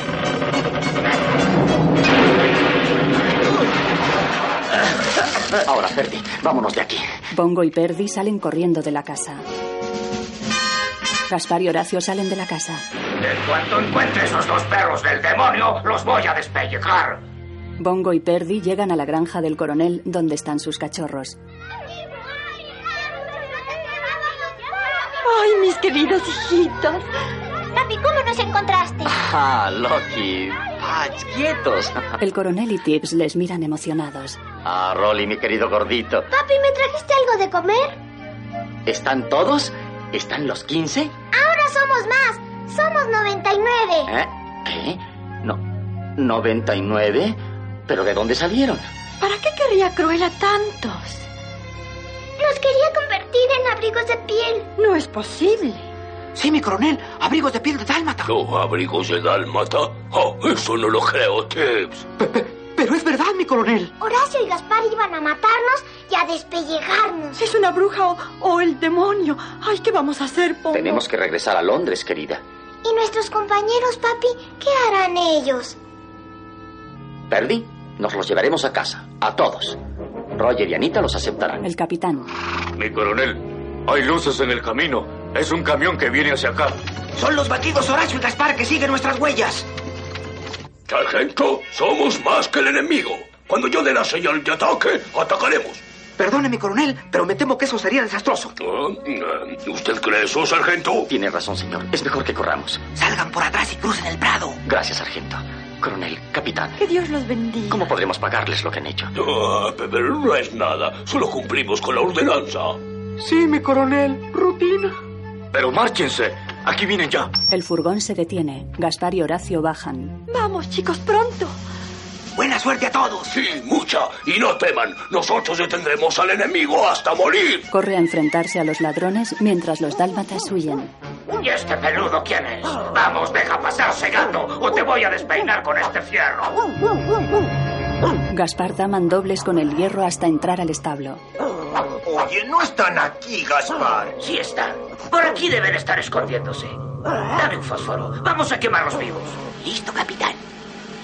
[SPEAKER 3] Ahora, Ferdi, vámonos de aquí.
[SPEAKER 2] Bongo y Perdi salen corriendo de la casa. Gaspar y Horacio salen de la casa.
[SPEAKER 15] En cuanto encuentre esos dos perros del demonio, los voy a despellejar.
[SPEAKER 2] Bongo y Perdi llegan a la granja del coronel donde están sus cachorros.
[SPEAKER 7] ¡Ay, mis queridos hijitos!
[SPEAKER 10] Papi, ¿cómo nos encontraste?
[SPEAKER 24] Ah, Loki. Patch, quietos.
[SPEAKER 2] El coronel y Tips les miran emocionados.
[SPEAKER 3] Ah, Rolly, mi querido gordito.
[SPEAKER 10] Papi, ¿me trajiste algo de comer?
[SPEAKER 3] ¿Están todos? ¿Están los 15?
[SPEAKER 10] Ahora somos más. Somos 99.
[SPEAKER 3] ¿Eh? ¿Qué? No. ¿99? ¿Pero de dónde salieron?
[SPEAKER 7] ¿Para qué querría Cruella tantos?
[SPEAKER 10] Los quería convertir en abrigos de piel.
[SPEAKER 7] No es posible.
[SPEAKER 23] Sí, mi coronel, abrigos de piel de dálmata.
[SPEAKER 19] No, abrigos de dálmata. Oh, eso no lo creo, Tips.
[SPEAKER 23] Pero es verdad, mi coronel.
[SPEAKER 10] Horacio y Gaspar iban a matarnos y a despellejarnos.
[SPEAKER 7] Si es una bruja o, o el demonio. Ay, ¿qué vamos a hacer, Pongo?
[SPEAKER 3] Tenemos que regresar a Londres, querida.
[SPEAKER 10] ¿Y nuestros compañeros, papi? ¿Qué harán ellos?
[SPEAKER 3] Perdi, nos los llevaremos a casa, a todos. Roger y Anita los aceptarán.
[SPEAKER 2] El capitán.
[SPEAKER 17] Mi coronel, hay luces en el camino. Es un camión que viene hacia acá.
[SPEAKER 23] Son los batidos Horacio y Gaspar que siguen nuestras huellas.
[SPEAKER 19] Sargento, somos más que el enemigo. Cuando yo dé la señal de ataque, atacaremos.
[SPEAKER 23] Perdone, mi coronel, pero me temo que eso sería desastroso.
[SPEAKER 19] Ah, ah, ¿Usted cree eso, sargento?
[SPEAKER 3] Tiene razón, señor. Es mejor que corramos.
[SPEAKER 23] Salgan por atrás y crucen el prado.
[SPEAKER 3] Gracias, sargento. Coronel, capitán.
[SPEAKER 7] Que Dios los bendiga.
[SPEAKER 3] ¿Cómo podremos pagarles lo que han hecho?
[SPEAKER 19] Ah, pero no es nada. Solo cumplimos con la ordenanza.
[SPEAKER 23] Sí, mi coronel, rutina.
[SPEAKER 17] Pero márchense. Aquí vienen ya.
[SPEAKER 2] El furgón se detiene. Gaspar y Horacio bajan.
[SPEAKER 7] Vamos, chicos, pronto.
[SPEAKER 23] Buena suerte a todos.
[SPEAKER 19] Sí, mucha. Y no teman. Nosotros detendremos al enemigo hasta morir.
[SPEAKER 2] Corre a enfrentarse a los ladrones mientras los dálmatas huyen.
[SPEAKER 15] ¿Y este peludo quién es? Vamos, deja pasarse, gato, o te voy a despeinar con este fierro.
[SPEAKER 2] Gaspar da mandobles con el hierro hasta entrar al establo.
[SPEAKER 22] Oye, no están aquí, Gaspar.
[SPEAKER 15] Sí está. Por aquí deben estar escondiéndose. Dame un fósforo. Vamos a quemarlos vivos.
[SPEAKER 23] Listo, capitán.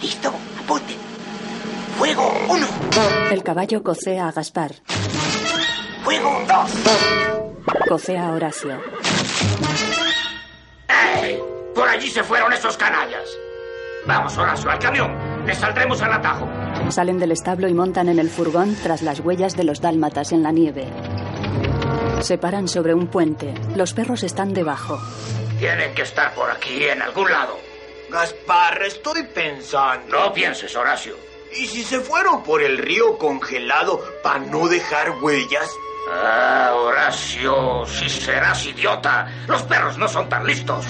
[SPEAKER 23] Listo, apunte. Fuego, uno.
[SPEAKER 2] El caballo cocea a Gaspar.
[SPEAKER 23] Fuego, dos.
[SPEAKER 2] Cocea a Horacio.
[SPEAKER 15] ¡Ey! Por allí se fueron esos canallas. Vamos, Horacio, al camión. Les saldremos al atajo.
[SPEAKER 2] Salen del establo y montan en el furgón tras las huellas de los dálmatas en la nieve. Se paran sobre un puente. Los perros están debajo.
[SPEAKER 15] Tienen que estar por aquí, en algún lado.
[SPEAKER 22] Gaspar, estoy pensando.
[SPEAKER 15] No pienses, Horacio.
[SPEAKER 22] ¿Y si se fueron por el río congelado para no dejar huellas?
[SPEAKER 15] Ah, Horacio, si serás idiota. Los perros no son tan listos.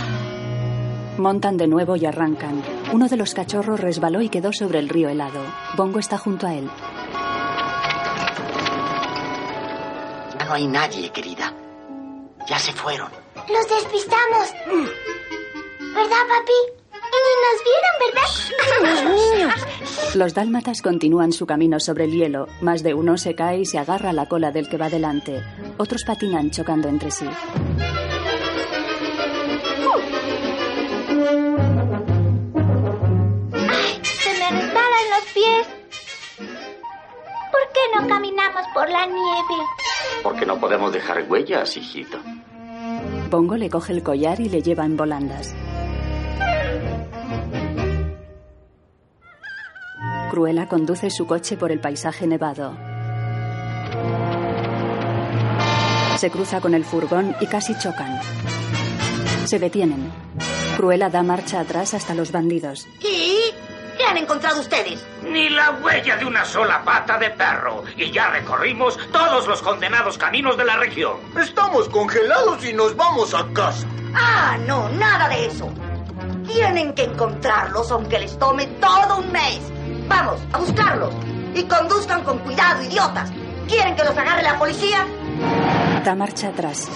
[SPEAKER 2] Montan de nuevo y arrancan. Uno de los cachorros resbaló y quedó sobre el río helado. Bongo está junto a él.
[SPEAKER 3] no hay nadie, querida. Ya se fueron.
[SPEAKER 10] Los despistamos.
[SPEAKER 7] Mm.
[SPEAKER 10] ¿Verdad, papi? Ni nos vieron, ¿verdad? niños.
[SPEAKER 2] Los dálmatas continúan su camino sobre el hielo. Más de uno se cae y se agarra a la cola del que va delante. Otros patinan chocando entre sí.
[SPEAKER 10] [LAUGHS] Se me resbalan los pies. ¿Por qué no caminamos por la nieve?
[SPEAKER 3] Porque no podemos dejar huellas, hijito.
[SPEAKER 2] Pongo le coge el collar y le lleva en volandas. Cruella conduce su coche por el paisaje nevado. Se cruza con el furgón y casi chocan. Se detienen. Cruella da marcha atrás hasta los bandidos.
[SPEAKER 8] ¿Y qué han encontrado ustedes?
[SPEAKER 15] Ni la huella de una sola pata de perro. Y ya recorrimos todos los condenados caminos de la región.
[SPEAKER 16] Estamos congelados y nos vamos a casa.
[SPEAKER 8] Ah, no, nada de eso. Tienen que encontrarlos aunque les tome todo un mes. Vamos, a buscarlos. Y conduzcan con cuidado, idiotas. ¿Quieren que los agarre la policía?
[SPEAKER 2] Da marcha atrás.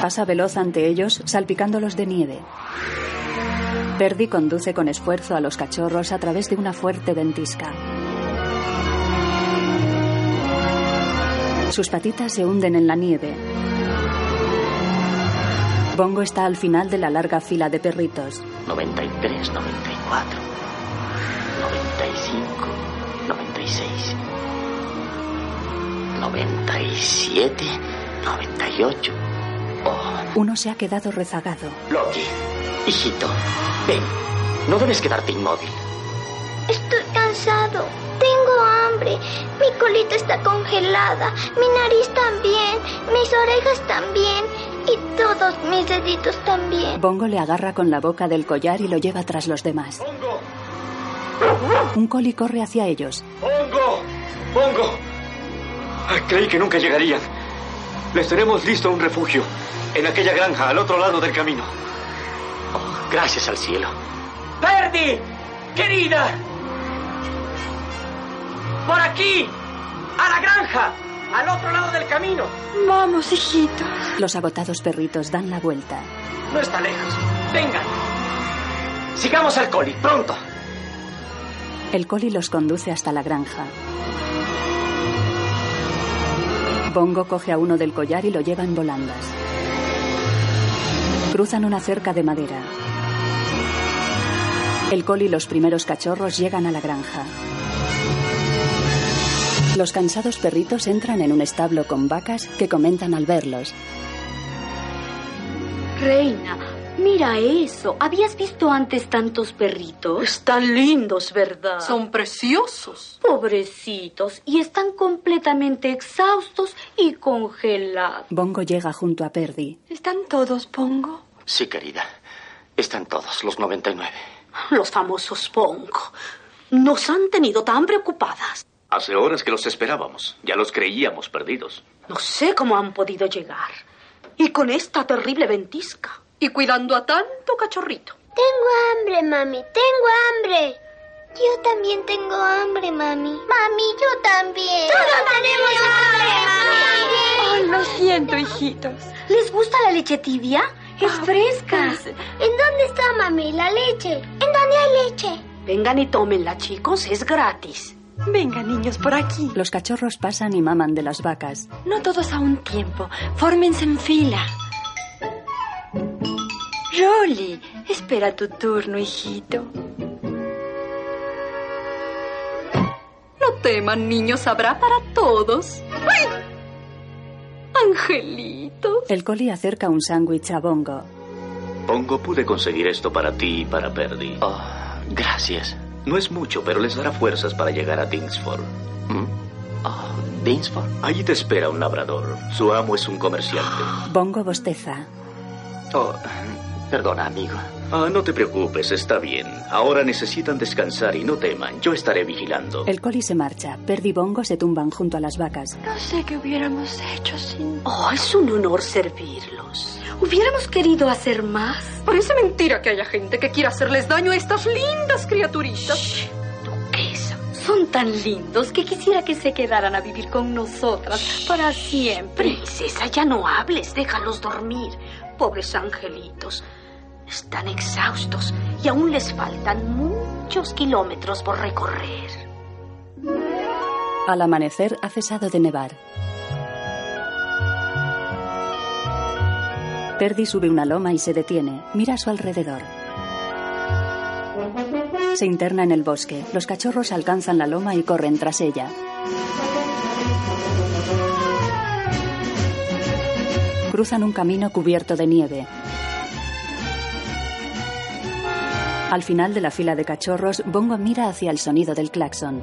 [SPEAKER 2] Pasa veloz ante ellos, salpicándolos de nieve. Perdi conduce con esfuerzo a los cachorros a través de una fuerte ventisca. Sus patitas se hunden en la nieve. Bongo está al final de la larga fila de perritos.
[SPEAKER 3] 93, 94, 95, 96, 97, 98.
[SPEAKER 2] Uno se ha quedado rezagado.
[SPEAKER 3] Loki, hijito, ven. No debes quedarte inmóvil.
[SPEAKER 10] Estoy cansado. Tengo hambre. Mi colita está congelada. Mi nariz también. Mis orejas también. Y todos mis deditos también.
[SPEAKER 2] Bongo le agarra con la boca del collar y lo lleva tras los demás.
[SPEAKER 16] Pongo,
[SPEAKER 2] Un coli corre hacia ellos.
[SPEAKER 16] pongo, pongo.
[SPEAKER 24] Ah, Creí que nunca llegarían. Les tenemos listo un refugio en aquella granja al otro lado del camino.
[SPEAKER 3] Gracias al cielo.
[SPEAKER 24] ¡Perdi! ¡Querida!
[SPEAKER 27] ¡Por aquí! ¡A la granja! ¡Al otro lado del camino!
[SPEAKER 2] Vamos, hijito. Los agotados perritos dan la vuelta.
[SPEAKER 27] No está lejos. Vengan. Sigamos al coli, pronto.
[SPEAKER 2] El coli los conduce hasta la granja. Bongo coge a uno del collar y lo lleva en volandas. Cruzan una cerca de madera. El coli y los primeros cachorros llegan a la granja. Los cansados perritos entran en un establo con vacas que comentan al verlos.
[SPEAKER 5] Reina, mira eso. ¿Habías visto antes tantos perritos? Están lindos, ¿verdad? Son preciosos. Pobrecitos. Y están completamente exhaustos y congelados.
[SPEAKER 2] Bongo llega junto a Perdi.
[SPEAKER 7] ¿Están todos, Pongo?
[SPEAKER 3] Sí, querida. Están todos, los 99.
[SPEAKER 5] Los famosos Pongo. Nos han tenido tan preocupadas.
[SPEAKER 28] Hace horas que los esperábamos. Ya los creíamos perdidos.
[SPEAKER 5] No sé cómo han podido llegar. Y con esta terrible ventisca. Y cuidando a tanto cachorrito.
[SPEAKER 10] Tengo hambre, mami. Tengo hambre. Yo también tengo hambre, mami. Mami, yo también. Todos tenemos hambre, mami.
[SPEAKER 7] Lo siento, hijitos.
[SPEAKER 5] ¿Les gusta la leche tibia? Es fresca.
[SPEAKER 10] ¿En dónde está, mami, la leche? ¿En dónde hay leche?
[SPEAKER 5] Vengan y tómenla, chicos. Es gratis.
[SPEAKER 7] Vengan, niños, por aquí.
[SPEAKER 2] Los cachorros pasan y maman de las vacas.
[SPEAKER 7] No todos a un tiempo. Fórmense en fila. Rolly, espera tu turno, hijito.
[SPEAKER 29] No teman, niños, habrá para todos. ¡Ay! Angelito.
[SPEAKER 2] El coli acerca un sándwich a Bongo.
[SPEAKER 28] Pongo, pude conseguir esto para ti y para Perdi.
[SPEAKER 3] Oh, gracias.
[SPEAKER 28] No es mucho, pero les dará fuerzas para llegar a Dingsford.
[SPEAKER 3] ¿Mm? Oh, ¿Dinsford?
[SPEAKER 28] Allí te espera un labrador. Su amo es un comerciante.
[SPEAKER 3] [GASPS]
[SPEAKER 2] Bongo bosteza.
[SPEAKER 28] Oh,
[SPEAKER 3] perdona, amigo.
[SPEAKER 28] Ah, no te preocupes, está bien. Ahora necesitan descansar y no teman. Yo estaré vigilando.
[SPEAKER 2] El coli se marcha. Perdi y Bongo se tumban junto a las vacas.
[SPEAKER 7] No sé qué hubiéramos hecho sin...
[SPEAKER 5] Oh, es un honor servirlos. Hubiéramos querido hacer más.
[SPEAKER 29] Parece mentira que haya gente que quiera hacerles daño a estas lindas criaturitas.
[SPEAKER 5] ¿Qué es? Son
[SPEAKER 21] tan lindos que quisiera que se quedaran a vivir con nosotras para siempre.
[SPEAKER 7] Princesa, ya no hables, déjalos dormir. Pobres angelitos. Están exhaustos y aún les faltan muchos kilómetros por recorrer.
[SPEAKER 2] Al amanecer ha cesado de nevar. Perdi sube una loma y se detiene. Mira a su alrededor. Se interna en el bosque. Los cachorros alcanzan la loma y corren tras ella. Cruzan un camino cubierto de nieve. Al final de la fila de cachorros, Bongo mira hacia el sonido del claxon.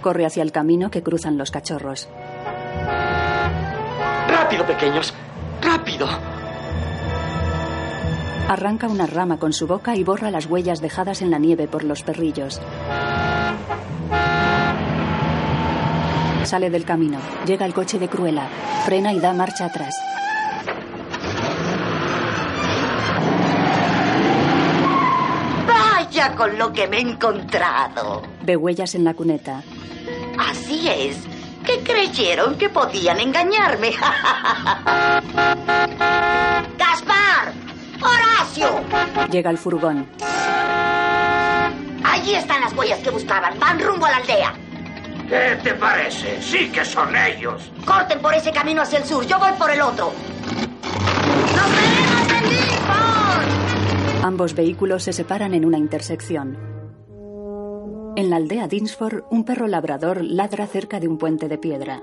[SPEAKER 2] Corre hacia el camino que cruzan los cachorros.
[SPEAKER 24] Rápido, pequeños. Rápido.
[SPEAKER 2] Arranca una rama con su boca y borra las huellas dejadas en la nieve por los perrillos. Sale del camino. Llega el coche de Cruella. Frena y da marcha atrás.
[SPEAKER 8] Vaya con lo que me he encontrado.
[SPEAKER 2] Ve huellas en la cuneta.
[SPEAKER 8] Así es. Que creyeron que podían engañarme. [LAUGHS] Gaspar, Horacio,
[SPEAKER 2] Llega el furgón.
[SPEAKER 8] allí están las huellas que buscaban. Van rumbo a la aldea.
[SPEAKER 15] ¿Qué te parece? Sí que son ellos.
[SPEAKER 8] Corten por ese camino hacia el sur. Yo voy por el otro.
[SPEAKER 2] Ambos vehículos se separan en una intersección. En la aldea Dinsford, un perro labrador ladra cerca de un puente de piedra.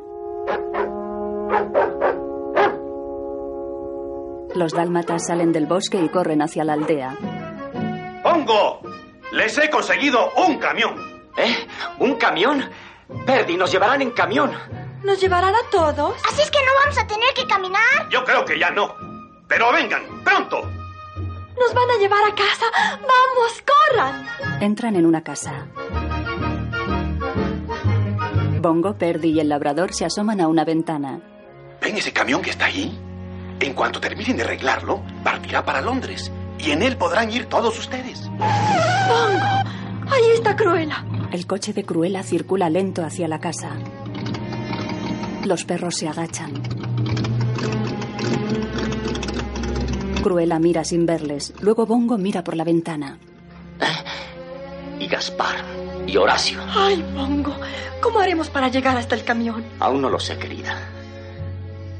[SPEAKER 2] Los dálmatas salen del bosque y corren hacia la aldea.
[SPEAKER 22] ¡Hongo! Les he conseguido un camión.
[SPEAKER 24] ¿Eh? ¿Un camión? Perdi, nos llevarán en camión.
[SPEAKER 7] ¿Nos llevarán a todos?
[SPEAKER 10] Así es que no vamos a tener que caminar.
[SPEAKER 22] Yo creo que ya no. Pero vengan, pronto.
[SPEAKER 7] Nos van a llevar a casa. Vamos, corran.
[SPEAKER 2] Entran en una casa. Bongo, Perdi y el labrador se asoman a una ventana.
[SPEAKER 23] ¿Ven ese camión que está ahí? En cuanto terminen de arreglarlo, partirá para Londres. Y en él podrán ir todos ustedes.
[SPEAKER 7] Pongo. Ahí está Cruella.
[SPEAKER 2] El coche de Cruella circula lento hacia la casa. Los perros se agachan. Cruella mira sin verles. Luego Bongo mira por la ventana.
[SPEAKER 3] Y Gaspar. Y Horacio.
[SPEAKER 7] Ay, Pongo. ¿Cómo haremos para llegar hasta el camión?
[SPEAKER 3] Aún no lo sé, querida.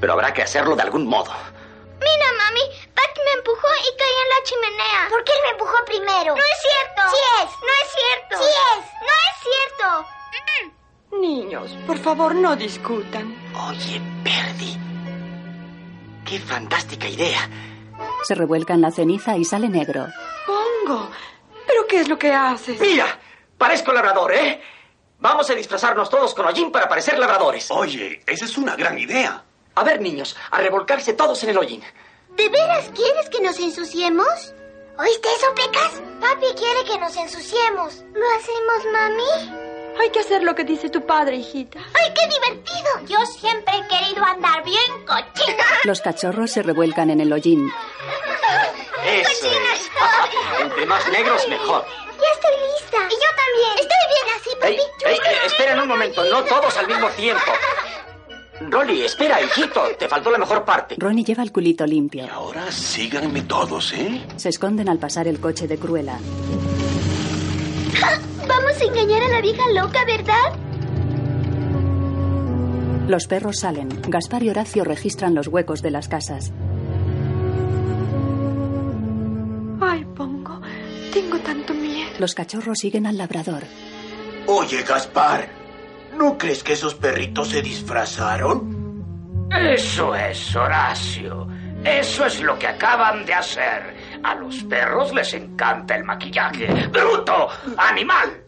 [SPEAKER 3] Pero habrá que hacerlo de algún modo.
[SPEAKER 10] Mira, mami, Pat me empujó y caí en la chimenea. ¿Por qué él me empujó primero? No es cierto. Sí es. No es cierto. Sí es. No es cierto.
[SPEAKER 7] Niños, por favor, no discutan.
[SPEAKER 24] Oye, Perdi. Qué fantástica idea.
[SPEAKER 2] Se revuelca en la ceniza y sale negro.
[SPEAKER 7] Pongo. ¿Pero qué es lo que haces?
[SPEAKER 24] Mira, parezco labrador, ¿eh? Vamos a disfrazarnos todos con hollín para parecer labradores.
[SPEAKER 23] Oye, esa es una gran idea.
[SPEAKER 24] A ver, niños, a revolcarse todos en el hollín.
[SPEAKER 10] ¿De veras quieres que nos ensuciemos? ¿Oíste eso, Pecas? Papi quiere que nos ensuciemos. ¿Lo hacemos, mami?
[SPEAKER 7] Hay que hacer lo que dice tu padre, hijita.
[SPEAKER 10] ¡Ay, qué divertido! Yo siempre he querido andar bien
[SPEAKER 7] [LAUGHS]
[SPEAKER 10] cochina.
[SPEAKER 2] Los cachorros se revuelcan en el hollín.
[SPEAKER 24] Eso [LAUGHS] es. Entre más negros, mejor.
[SPEAKER 10] Ya estoy lista. Y yo también. Estoy bien así,
[SPEAKER 24] Ey, ey, eh, esperen un momento, no todos al mismo tiempo. Rolly, espera, hijito, te faltó la mejor parte.
[SPEAKER 2] Ronnie lleva el culito limpio.
[SPEAKER 22] Ah,
[SPEAKER 23] Ahora síganme todos, ¿eh?
[SPEAKER 2] Se esconden al pasar el coche de Cruella.
[SPEAKER 10] Ah, Vamos a engañar a la vieja loca, ¿verdad?
[SPEAKER 2] Los perros salen. Gaspar y Horacio registran los huecos de las casas.
[SPEAKER 7] Ay, Pongo. Tengo tanto miedo.
[SPEAKER 2] Los cachorros siguen al labrador.
[SPEAKER 23] Oye, Gaspar, ¿no crees que esos perritos se disfrazaron?
[SPEAKER 15] Eso es, Horacio. Eso es lo que acaban de hacer. A los perros les encanta el maquillaje. ¡Bruto! ¡Animal!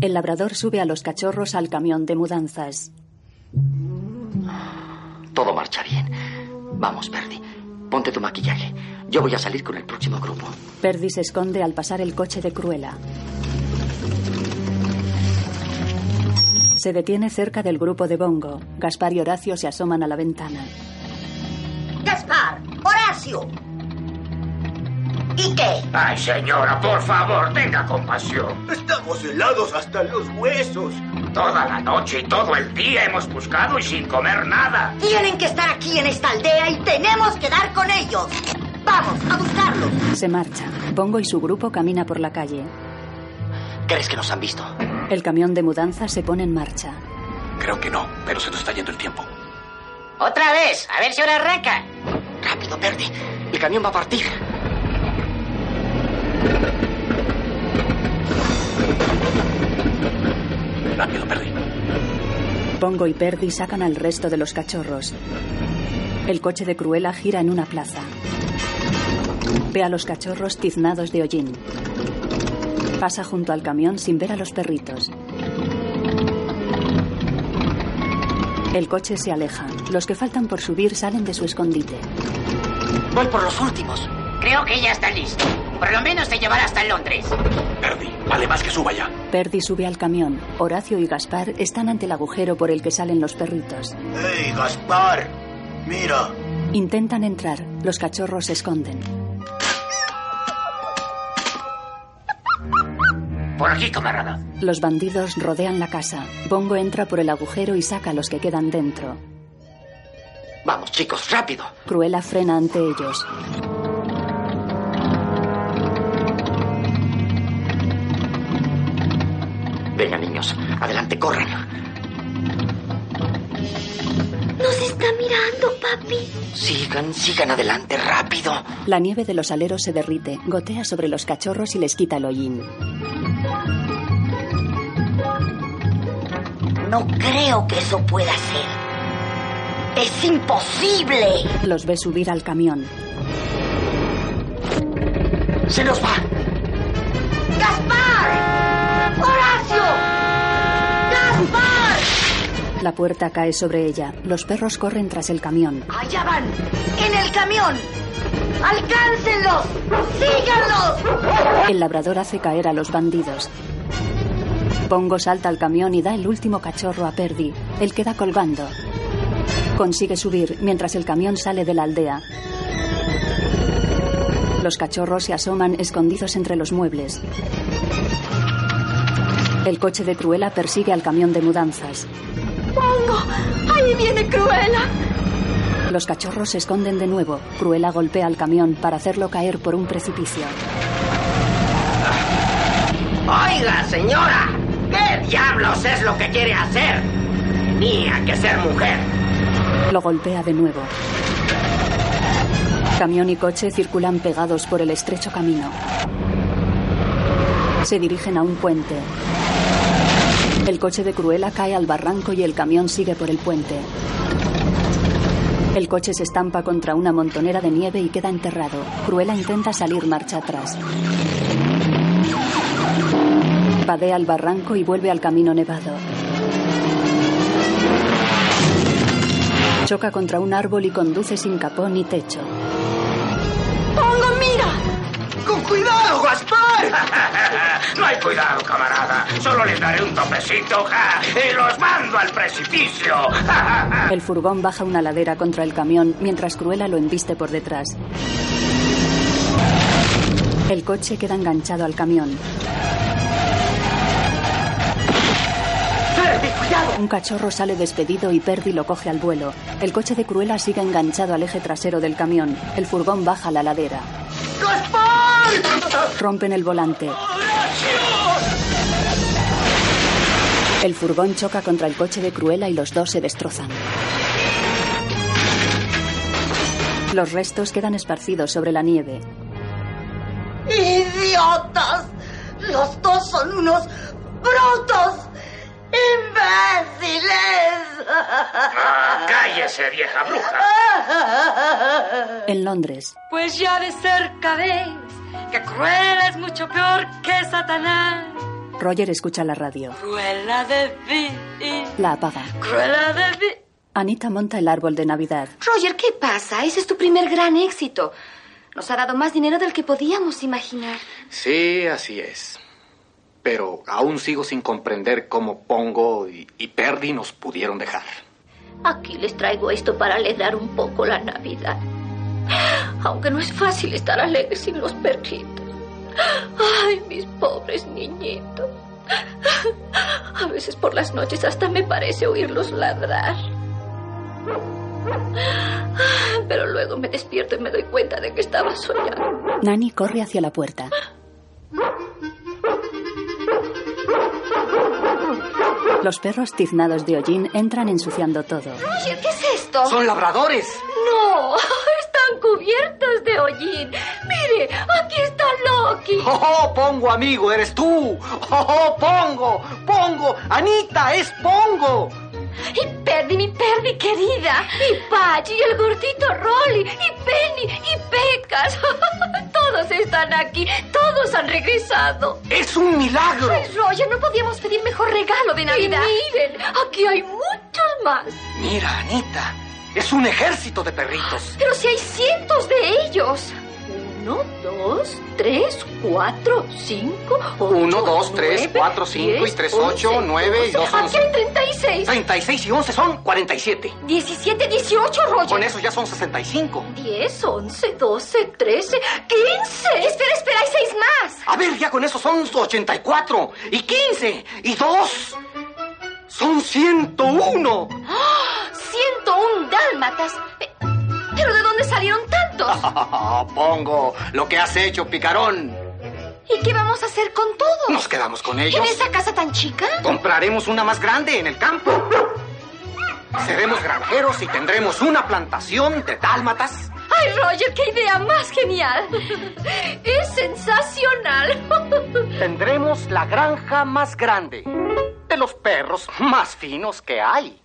[SPEAKER 2] El labrador sube a los cachorros al camión de mudanzas.
[SPEAKER 3] Todo marcha bien. Vamos, Perdi. Ponte tu maquillaje. Yo voy a salir con el próximo grupo.
[SPEAKER 2] Perdi se esconde al pasar el coche de Cruella. Se detiene cerca del grupo de Bongo. Gaspar y Horacio se asoman a la ventana.
[SPEAKER 8] Gaspar, Horacio. ¿Y qué?
[SPEAKER 15] Ay, señora, por favor, tenga compasión.
[SPEAKER 23] Estamos helados hasta los huesos.
[SPEAKER 15] Toda la noche y todo el día hemos buscado y sin comer nada.
[SPEAKER 8] Tienen que estar aquí en esta aldea y tenemos que dar con ellos. Vamos, a buscarlos.
[SPEAKER 2] Se marcha. Bongo y su grupo camina por la calle.
[SPEAKER 13] ¿Crees que nos han visto?
[SPEAKER 2] El camión de mudanza se pone en marcha.
[SPEAKER 13] Creo que no, pero se nos está yendo el tiempo.
[SPEAKER 5] Otra vez, a ver si ahora arranca.
[SPEAKER 13] Rápido, Perdi. El camión va a partir.
[SPEAKER 23] Rápido, perdí.
[SPEAKER 2] Bongo y Perdi sacan al resto de los cachorros. El coche de Cruella gira en una plaza. Ve a los cachorros tiznados de hollín. Pasa junto al camión sin ver a los perritos. El coche se aleja. Los que faltan por subir salen de su escondite.
[SPEAKER 5] Voy por los últimos. Creo que ya está listo. Por lo menos te llevará hasta Londres.
[SPEAKER 23] Perdi, vale más que suba ya.
[SPEAKER 2] Perdi sube al camión. Horacio y Gaspar están ante el agujero por el que salen los perritos.
[SPEAKER 23] ¡Ey, Gaspar! Mira,
[SPEAKER 2] Intentan entrar. Los cachorros se esconden.
[SPEAKER 5] Por aquí, camarada.
[SPEAKER 2] Los bandidos rodean la casa. Bongo entra por el agujero y saca a los que quedan dentro.
[SPEAKER 13] Vamos, chicos, rápido.
[SPEAKER 2] Cruella frena ante ellos.
[SPEAKER 13] Venga, niños, adelante, corran.
[SPEAKER 10] Nos está mirando, papi.
[SPEAKER 13] Sigan, sigan adelante, rápido.
[SPEAKER 2] La nieve de los aleros se derrite, gotea sobre los cachorros y les quita el hollín.
[SPEAKER 8] No creo que eso pueda ser. Es imposible.
[SPEAKER 2] Los ve subir al camión.
[SPEAKER 13] ¡Se nos va!
[SPEAKER 8] ¡Gaspar! ¡Horacio! ¡Gaspar!
[SPEAKER 2] La puerta cae sobre ella. Los perros corren tras el camión.
[SPEAKER 8] Allá van, en el camión. ¡Alcáncenlos! ¡Síganlos!
[SPEAKER 2] El labrador hace caer a los bandidos. Pongo salta al camión y da el último cachorro a Perdi. Él queda colgando. Consigue subir mientras el camión sale de la aldea. Los cachorros se asoman escondidos entre los muebles. El coche de Cruella persigue al camión de mudanzas.
[SPEAKER 26] ¡Pongo! ¡Ahí viene
[SPEAKER 5] [LAUGHS]
[SPEAKER 26] Cruella!
[SPEAKER 2] Los cachorros se esconden de nuevo. Cruella golpea al camión para hacerlo caer por un precipicio.
[SPEAKER 5] Oiga, señora, ¿qué diablos es lo que quiere hacer? Tenía que ser mujer.
[SPEAKER 2] Lo golpea de nuevo. Camión y coche circulan pegados por el estrecho camino. Se dirigen a un puente. El coche de Cruella cae al barranco y el camión sigue por el puente. El coche se estampa contra una montonera de nieve y queda enterrado. Cruella intenta salir marcha atrás. Padea al barranco y vuelve al camino nevado. Choca contra un árbol y conduce sin capón ni techo.
[SPEAKER 26] ¡Pongo, mira!
[SPEAKER 23] ¡Con cuidado, Gaspar!
[SPEAKER 15] [LAUGHS] no hay cuidado, camarada. Solo les daré un topecito ja, y los mando al precipicio. [LAUGHS]
[SPEAKER 2] El furgón baja una ladera contra el camión mientras Cruella lo embiste por detrás. El coche queda enganchado al camión. Un cachorro sale despedido y Perdi lo coge al vuelo. El coche de Cruella sigue enganchado al eje trasero del camión. El furgón baja la ladera.
[SPEAKER 14] [LAUGHS]
[SPEAKER 2] Rompen el volante. El furgón choca contra el coche de Cruella y los dos se destrozan. Los restos quedan esparcidos sobre la nieve.
[SPEAKER 8] ¡Idiotas! Los dos son unos brutos. ¡Imbéciles! [LAUGHS]
[SPEAKER 15] Ah, cállese, vieja bruja.
[SPEAKER 2] En Londres,
[SPEAKER 6] Pues ya de cerca veis que Cruella es mucho peor que Satanás.
[SPEAKER 2] Roger escucha la radio.
[SPEAKER 6] Cruella de vi,
[SPEAKER 2] La apaga.
[SPEAKER 6] Cruella de vi.
[SPEAKER 2] Anita monta el árbol de Navidad.
[SPEAKER 14] Roger, ¿qué pasa? Ese es tu primer gran éxito. Nos ha dado más dinero del que podíamos imaginar.
[SPEAKER 4] Sí, así es. Pero aún sigo sin comprender cómo Pongo y, y Perdi nos pudieron dejar.
[SPEAKER 14] Aquí les traigo esto para alegrar un poco la Navidad.
[SPEAKER 5] Aunque no es fácil estar alegre sin los perritos. Ay, mis pobres niñitos. A veces por las noches hasta me parece oírlos ladrar. Pero luego me despierto y me doy cuenta de que estaba soñando.
[SPEAKER 2] Nani corre hacia la puerta. Los perros tiznados de Hollín entran ensuciando todo.
[SPEAKER 5] Roger, ¿qué es esto?
[SPEAKER 4] Son labradores.
[SPEAKER 5] No, [LAUGHS] están cubiertos de hollín. Mire, aquí está Loki.
[SPEAKER 4] [LAUGHS] ¡Oh, Pongo, amigo! ¡Eres tú! ¡Oh, Pongo! ¡Pongo! ¡Anita, es Pongo!
[SPEAKER 5] Y Perdi, mi Perdi querida. Y Pachi, y el gordito Rolly, y Penny, y Pecas. [LAUGHS] Todos están aquí, todos han regresado.
[SPEAKER 4] ¡Es un milagro!
[SPEAKER 5] Ay, Roger, no podíamos pedir mejor regalo de Navidad. Y miren, aquí hay muchos más.
[SPEAKER 4] Mira, Anita, es un ejército de perritos.
[SPEAKER 5] Pero si hay cientos de ellos. Uno, dos, tres, cuatro, cinco, ocho,
[SPEAKER 4] Uno, dos, tres,
[SPEAKER 5] nueve,
[SPEAKER 4] cuatro, cinco y
[SPEAKER 5] diez,
[SPEAKER 4] tres, ocho,
[SPEAKER 5] once,
[SPEAKER 4] nueve y dos,
[SPEAKER 5] doce. Aquí
[SPEAKER 4] once.
[SPEAKER 5] hay treinta y seis.
[SPEAKER 4] 36 y 11 son 47.
[SPEAKER 5] 17, 18, Roger.
[SPEAKER 4] Con eso ya son 65.
[SPEAKER 5] 10, 11, 12, 13, 15. Espera, espera, hay seis más.
[SPEAKER 4] A ver, ya con eso son 84 y 15 y 2. Son 101.
[SPEAKER 5] ¡Ah! Siento un dálmatas. Pe- Pero ¿de dónde salieron tantos?
[SPEAKER 4] [LAUGHS] Pongo lo que has hecho, picarón.
[SPEAKER 5] ¿Y qué vamos a hacer con todos?
[SPEAKER 4] Nos quedamos con ellos.
[SPEAKER 5] ¿En esa casa tan chica?
[SPEAKER 4] Compraremos una más grande en el campo. Seremos granjeros y tendremos una plantación de dálmatas.
[SPEAKER 5] ¡Ay, Roger, qué idea
[SPEAKER 4] [LAUGHS]
[SPEAKER 5] más genial! ¡Es sensacional!
[SPEAKER 4] Tendremos la granja más grande, de los perros más finos que hay.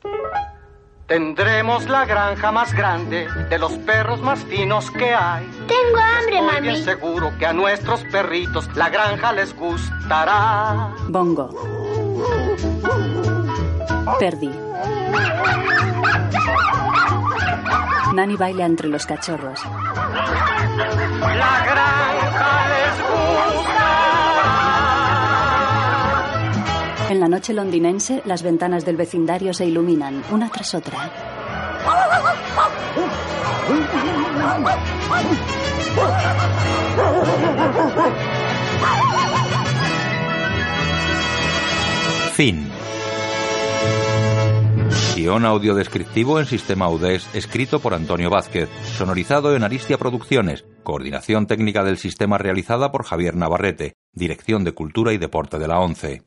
[SPEAKER 4] Tendremos la granja más grande, de los perros más finos que hay.
[SPEAKER 30] Tengo hambre,
[SPEAKER 4] Estoy
[SPEAKER 30] mami.
[SPEAKER 4] bien seguro que a nuestros perritos la granja les gustará.
[SPEAKER 2] Bongo. Perdi. Nani baila entre los cachorros. En la noche londinense, las ventanas del vecindario se iluminan una tras otra.
[SPEAKER 1] Fin. Guión audiodescriptivo en sistema UDES, escrito por Antonio Vázquez, sonorizado en Aristia Producciones, coordinación técnica del sistema realizada por Javier Navarrete, Dirección de Cultura y Deporte de la ONCE.